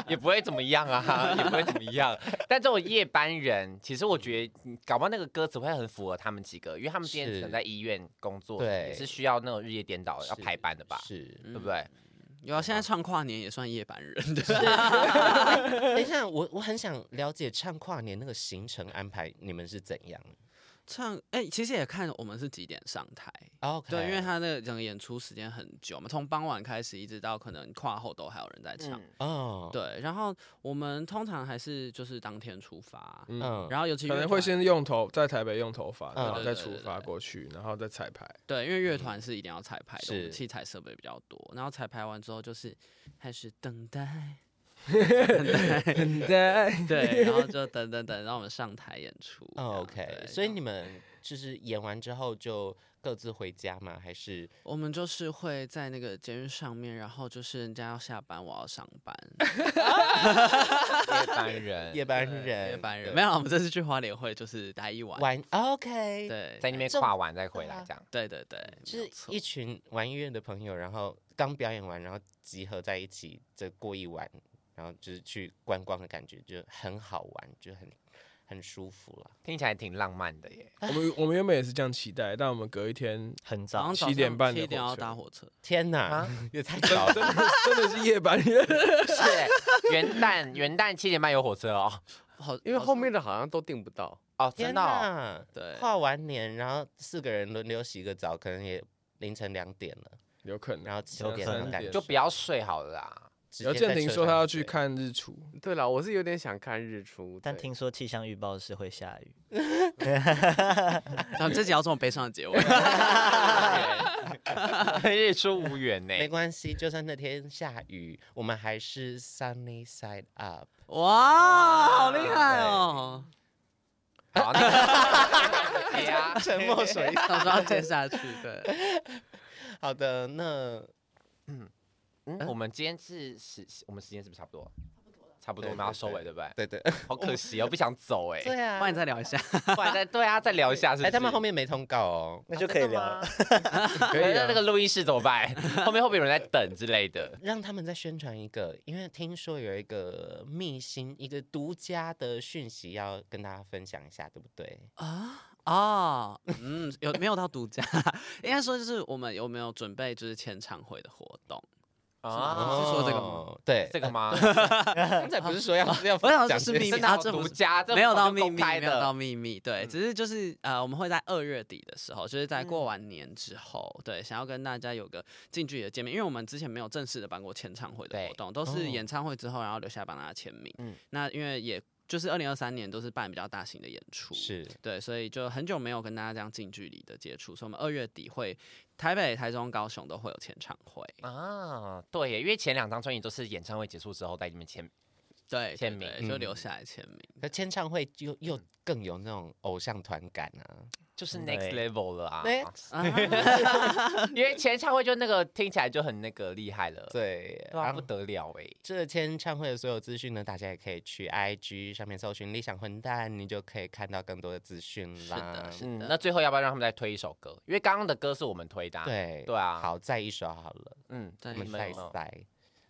Speaker 9: 也不会怎么样 啊，也不会怎么样。但这种夜班人，其实我觉得，嗯搞不好那个歌词会很符合他们几个，因为他们今天
Speaker 4: 是
Speaker 9: 可能在医院工作，
Speaker 4: 对
Speaker 9: 也是需要那种日夜颠倒要
Speaker 4: 是
Speaker 9: 排班的吧，
Speaker 4: 是，
Speaker 9: 对不对？
Speaker 1: 嗯有啊，现在唱跨年也算夜班 人，
Speaker 4: 嗯等一下，我我很想了解唱跨年那个行程安排，你们是怎样
Speaker 1: 唱哎、其实也看我们是几点上台。
Speaker 4: ？OK，
Speaker 1: 哦对，因为他的整个演出时间很久嘛，从傍晚开始一直到可能跨后都还有人在唱。
Speaker 9: 嗯
Speaker 4: 哦，
Speaker 1: 对，然后我们通常还是就是当天出发，
Speaker 4: 嗯，
Speaker 1: 然后尤其
Speaker 7: 可
Speaker 1: 乐
Speaker 7: 能会
Speaker 1: 团
Speaker 7: 先用头在台北用头发，
Speaker 4: 嗯
Speaker 7: 然后再
Speaker 1: 对对
Speaker 7: 出
Speaker 1: 对
Speaker 7: 发
Speaker 1: 对
Speaker 7: 过去，然后再彩排。
Speaker 1: 对，因为乐团是一定要彩排的，我们
Speaker 4: 是
Speaker 1: 器材设备比较多，然后彩排完之后就是开始等待。等待，等待，对，然后就等等等，让我们上台演出。这样
Speaker 4: 哦 OK，
Speaker 1: 对
Speaker 4: 所以
Speaker 1: 然后
Speaker 4: 你们就是演完之后就各自回家吗？还是
Speaker 1: 我们就是会在那个监狱上面，然后就是人家要下班，我要上班，
Speaker 9: 嗯夜班人
Speaker 4: 夜班
Speaker 1: 对
Speaker 4: 人？
Speaker 1: 夜班人没有，我们这次去花莲会就是待一晚，
Speaker 4: 玩哦 OK，，
Speaker 1: 对，
Speaker 9: 在那边跨完再回来这样。
Speaker 1: 对对对，没
Speaker 4: 是
Speaker 1: 有错
Speaker 4: 一群玩音乐的朋友，然后刚表演完，然后集合在一起，再过一晚，然后就是去观光的感觉，就很好玩，就很很舒服了。
Speaker 9: 听起来挺浪漫的耶。
Speaker 7: 我们我们原本也是这样期待，但我们隔一天
Speaker 6: 很早
Speaker 1: 早上。早
Speaker 7: 7点
Speaker 1: 上
Speaker 7: 半的
Speaker 1: 七点
Speaker 7: 火
Speaker 1: 要
Speaker 7: 车
Speaker 1: 搭火车，
Speaker 4: 天哪，啊
Speaker 9: 啊
Speaker 4: 也太早了！
Speaker 7: 真的是夜班人，
Speaker 9: 是元旦，元旦七点半有火车哦。
Speaker 1: 好，
Speaker 3: 因为
Speaker 1: 好
Speaker 3: 后
Speaker 1: 像
Speaker 3: 面的好像都订不到。
Speaker 9: 哦，
Speaker 4: 天
Speaker 9: 真的哦、
Speaker 4: 哪，
Speaker 1: 对
Speaker 4: 跨完年，然后四个人轮流洗个澡，可能也凌晨两点了，
Speaker 7: 有可能。
Speaker 4: 然后
Speaker 6: 有
Speaker 4: 点
Speaker 6: 可
Speaker 4: 的
Speaker 6: 能
Speaker 4: 感觉，
Speaker 9: 就不要睡好了啦。
Speaker 4: 直
Speaker 7: 然后
Speaker 4: 接在
Speaker 7: 建廷
Speaker 4: 车
Speaker 7: 说他
Speaker 4: 上
Speaker 7: 要去
Speaker 4: 睡
Speaker 7: 看日出，
Speaker 3: 对了，我是有点想看日出，
Speaker 6: 但
Speaker 3: 对
Speaker 6: 听说气象预报是会下雨，
Speaker 1: 然后这集要这么悲伤的结尾，
Speaker 9: 日出无缘呢、
Speaker 4: 没关系，就算那天下雨，我们还是 sunny side up。
Speaker 1: 哇，好厉害哦！
Speaker 9: 好，那哎呀，
Speaker 4: 沉默水。
Speaker 1: 到时候要哎接下去，对，
Speaker 4: 好的，那
Speaker 9: 嗯我们今天是时，我们时间是不是差不多？差不多，
Speaker 4: 对
Speaker 9: 我们要
Speaker 4: 对
Speaker 9: 收尾
Speaker 4: 对
Speaker 9: 对不对？
Speaker 4: 对对
Speaker 9: 好可惜 哦，不想走哎、
Speaker 4: 对啊
Speaker 1: 帮你，再聊一下。
Speaker 9: 不然再对啊，再聊一下是不是？
Speaker 4: 哎，他们后面没通告哦。
Speaker 6: 那就可以聊了。
Speaker 7: 可以
Speaker 9: 那
Speaker 7: 啊
Speaker 9: 那。个录音室怎么办？ 后面会不会有人在等之类的？
Speaker 4: 让他们再宣传一个，因为听说有一个秘辛，一个独家的讯息要跟大家分享一下，对不对？
Speaker 1: 啊哦，嗯，有没有到独家？ 应该说就是我们有没有准备就是签唱会的活动？
Speaker 9: 啊，
Speaker 1: 是说这个吗
Speaker 4: 哦？ 对，
Speaker 9: 这个吗？
Speaker 4: 刚才不是说要要
Speaker 1: 我想
Speaker 4: 讲
Speaker 1: 说
Speaker 4: 这
Speaker 1: 是秘
Speaker 4: 些
Speaker 1: 密
Speaker 9: 真的
Speaker 1: 啊，
Speaker 9: 要
Speaker 1: 这不
Speaker 9: 独
Speaker 1: 是
Speaker 9: 家，这
Speaker 1: 没有
Speaker 9: 不
Speaker 1: 到
Speaker 9: 能
Speaker 1: 秘
Speaker 9: 公
Speaker 1: 密，
Speaker 9: 开
Speaker 1: 没有到
Speaker 9: 的。
Speaker 1: 秘密，对，只是就是呃，我们会在二月底的时候，就是在过完年之后，对，想要跟大家有个近距离的见面，因为我们之前没有正式的办过签唱会的
Speaker 9: 对
Speaker 1: 活动，都
Speaker 4: 哦
Speaker 1: 是演唱会之后，然后留下来帮大家签名。
Speaker 9: 嗯
Speaker 1: 那因为也就是二零二三年都是办比较大型的演出，
Speaker 4: 是
Speaker 1: 对，所以就很久没有跟大家这样近距离的接触，所以我们二月底会台北、台中、高雄都会有签唱会，
Speaker 9: 啊，对耶，因为前两张专辑都是演唱会结束之后在你们签，
Speaker 1: 对，
Speaker 9: 签
Speaker 1: 对对
Speaker 9: 名
Speaker 1: 就
Speaker 4: 嗯
Speaker 1: 留下来签 名。
Speaker 4: 可签唱会又又
Speaker 9: 嗯
Speaker 4: 更有那种偶像团感啊！
Speaker 9: 就是
Speaker 1: 嗯
Speaker 9: next
Speaker 6: 对
Speaker 9: level 了啊。
Speaker 4: 对
Speaker 9: 因为前唱会就那个听起来就很那个厉害了，
Speaker 4: 对，
Speaker 9: 对啊，
Speaker 4: 然
Speaker 9: 不
Speaker 4: 后
Speaker 9: 得了哎。
Speaker 4: 这签唱会的所有资讯呢，大家也可以去 IG 上面搜寻“理想混蛋”，你就可以看到更多的资讯
Speaker 1: 是
Speaker 4: 啦
Speaker 1: 的，。是
Speaker 9: 嗯，
Speaker 1: 的。
Speaker 9: 那最后要不要让他们再推一首歌？因为刚刚的歌是我们推的、啊。，
Speaker 4: 对
Speaker 9: 对啊
Speaker 4: 好，再一首好了，
Speaker 9: 嗯，
Speaker 1: 再
Speaker 4: 我
Speaker 1: 一
Speaker 9: 你
Speaker 4: 们
Speaker 9: 们
Speaker 4: 再
Speaker 9: 有没有
Speaker 4: 塞。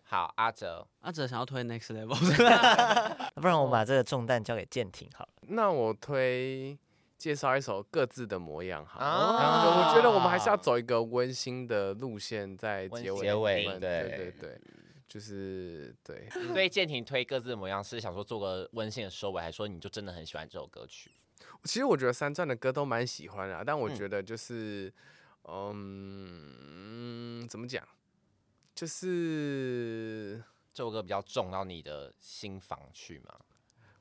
Speaker 9: 好，阿哲，
Speaker 1: 阿哲想要推 Next Level，
Speaker 6: 不然我们把这个重担交给舰艇好了。
Speaker 3: 那我推介绍一首《各自的模样》好了。
Speaker 9: 啊
Speaker 3: 我觉得我们还是要走一个温馨的路线，在结尾的
Speaker 4: 结
Speaker 9: 温馨
Speaker 3: 部
Speaker 4: 尾
Speaker 3: 分
Speaker 4: 对
Speaker 3: 对对对，就是对。
Speaker 9: 所以建廷推各自的模样是想说做个温馨的收尾，还说你就真的很喜欢这首歌曲？
Speaker 3: 其实我觉得三钻的歌都蛮喜欢的啊，但我
Speaker 9: 嗯
Speaker 3: 觉得就是，嗯，怎么讲，就是
Speaker 9: 这首歌比较重到你的心房去嘛？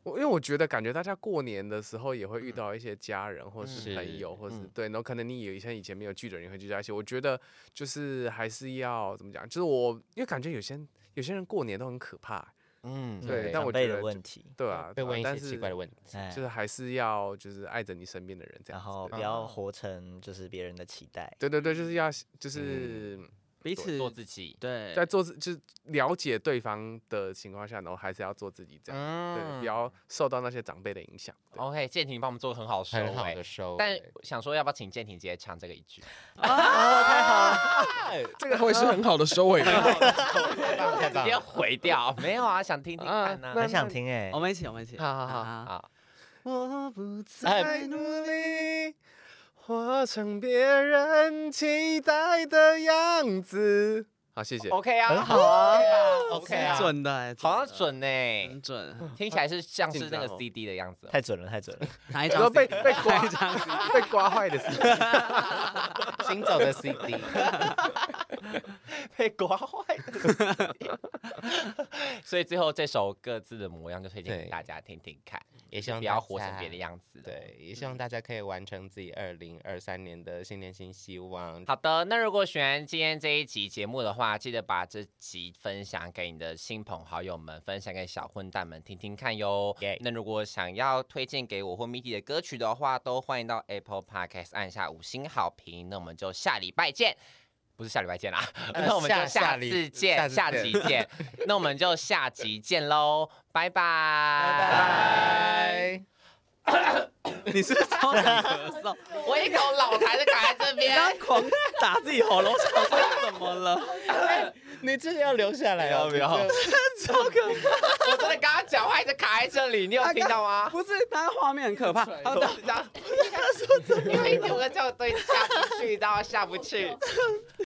Speaker 3: 我因为我觉得感觉大家过年的时候也会遇到一些家人或是
Speaker 4: 嗯
Speaker 3: 朋
Speaker 4: 是
Speaker 3: 友，或是
Speaker 9: 嗯
Speaker 3: 对，然后可能你以前以前没有聚的人也会聚在一起。我觉得就是还是要怎么讲，就是我因为感觉有些人有些人过年都很可怕，
Speaker 9: 嗯，
Speaker 3: 对但
Speaker 6: 长
Speaker 3: 我
Speaker 6: 辈
Speaker 3: 觉
Speaker 6: 的
Speaker 3: 得
Speaker 6: 问题，
Speaker 3: 对啊，
Speaker 4: 被
Speaker 3: 对啊
Speaker 4: 问一
Speaker 3: 但
Speaker 4: 些
Speaker 3: 是
Speaker 4: 奇怪的问题，
Speaker 6: 哎
Speaker 3: 就是还是要就是爱着你身边的人这样
Speaker 6: 然
Speaker 3: 子。
Speaker 6: 后
Speaker 3: 对
Speaker 6: 不要活成就是别人的期待。
Speaker 3: 对对对，就是要就是嗯
Speaker 1: 彼
Speaker 9: 做
Speaker 1: 此
Speaker 9: 做自己，
Speaker 1: 对
Speaker 3: 在做自就是了解对方的情况下，然后还是要做自己这样，对，
Speaker 4: 嗯
Speaker 3: 不要受到那些长辈的影响。对
Speaker 9: OK，建廷帮我们做得很好收
Speaker 4: 很好
Speaker 9: 尾
Speaker 4: 的，收尾。
Speaker 9: 但 想说要不要请建廷直接唱这个一句？
Speaker 7: 这个会是很好的收尾的。
Speaker 9: 直接毁掉？没有啊，想听听看啊。
Speaker 6: 很想听哎、
Speaker 1: 我们一起，我们一起。
Speaker 9: 好好好
Speaker 1: 啊
Speaker 9: 好，
Speaker 1: 我不
Speaker 6: 哎
Speaker 10: 再努力，活成别人期待的样子。哦
Speaker 3: 好，谢谢。
Speaker 9: OK 啊，很好啊，OK 啊，
Speaker 1: 准的欸，
Speaker 9: 好像
Speaker 1: 的，
Speaker 9: 准呢
Speaker 1: 很， 准。
Speaker 9: 听起来是像是那
Speaker 3: 紧
Speaker 9: 个
Speaker 3: 张哦
Speaker 9: CD 的样子哦。
Speaker 6: 太准了，太准了。
Speaker 1: 哪一
Speaker 3: 然后
Speaker 1: 张
Speaker 3: 被
Speaker 1: CD？
Speaker 3: 被刮 被刮坏的事情，
Speaker 4: 行走 的 CD，
Speaker 9: 被刮坏的。 所以最后这首各自的模样就推荐给
Speaker 4: 对
Speaker 9: 大家听听看，
Speaker 4: 也希望
Speaker 9: 不要
Speaker 4: 大
Speaker 9: 活成别
Speaker 4: 家
Speaker 9: 的样子。。嗯
Speaker 4: 对，也希望大家可以完成自己二零二三年的新年新希望。
Speaker 9: 好的，那如果喜欢今天这一集节目的话，记得把这集分享给你的亲朋好友们，分享给小混蛋们听听看哟。
Speaker 4: 耶
Speaker 9: 那如果想要推荐给我或 Miki 的歌曲的话，都欢迎到 Apple Podcast 按下五星好评。那我们就下礼拜见，不是下礼拜见啦，
Speaker 4: 呃
Speaker 9: 那我们就
Speaker 4: 下
Speaker 9: 下
Speaker 4: 下礼
Speaker 9: 次见，下
Speaker 4: 下次
Speaker 9: 集 见。那我们就下集见喽，拜拜，
Speaker 4: 拜。
Speaker 1: 你是不是超想咳嗽？
Speaker 9: 我一口老痰就卡在这边，
Speaker 1: 狂打自己喉咙，想说怎么了？
Speaker 4: 你这个要留下来哦，
Speaker 9: 不要不要
Speaker 4: 你这
Speaker 9: 我真的刚刚讲话一直卡在这里，你有听到吗？
Speaker 1: 不是，他画面很可 怕。他的
Speaker 9: 因为我的叫对下不去，你知道吗？下不去。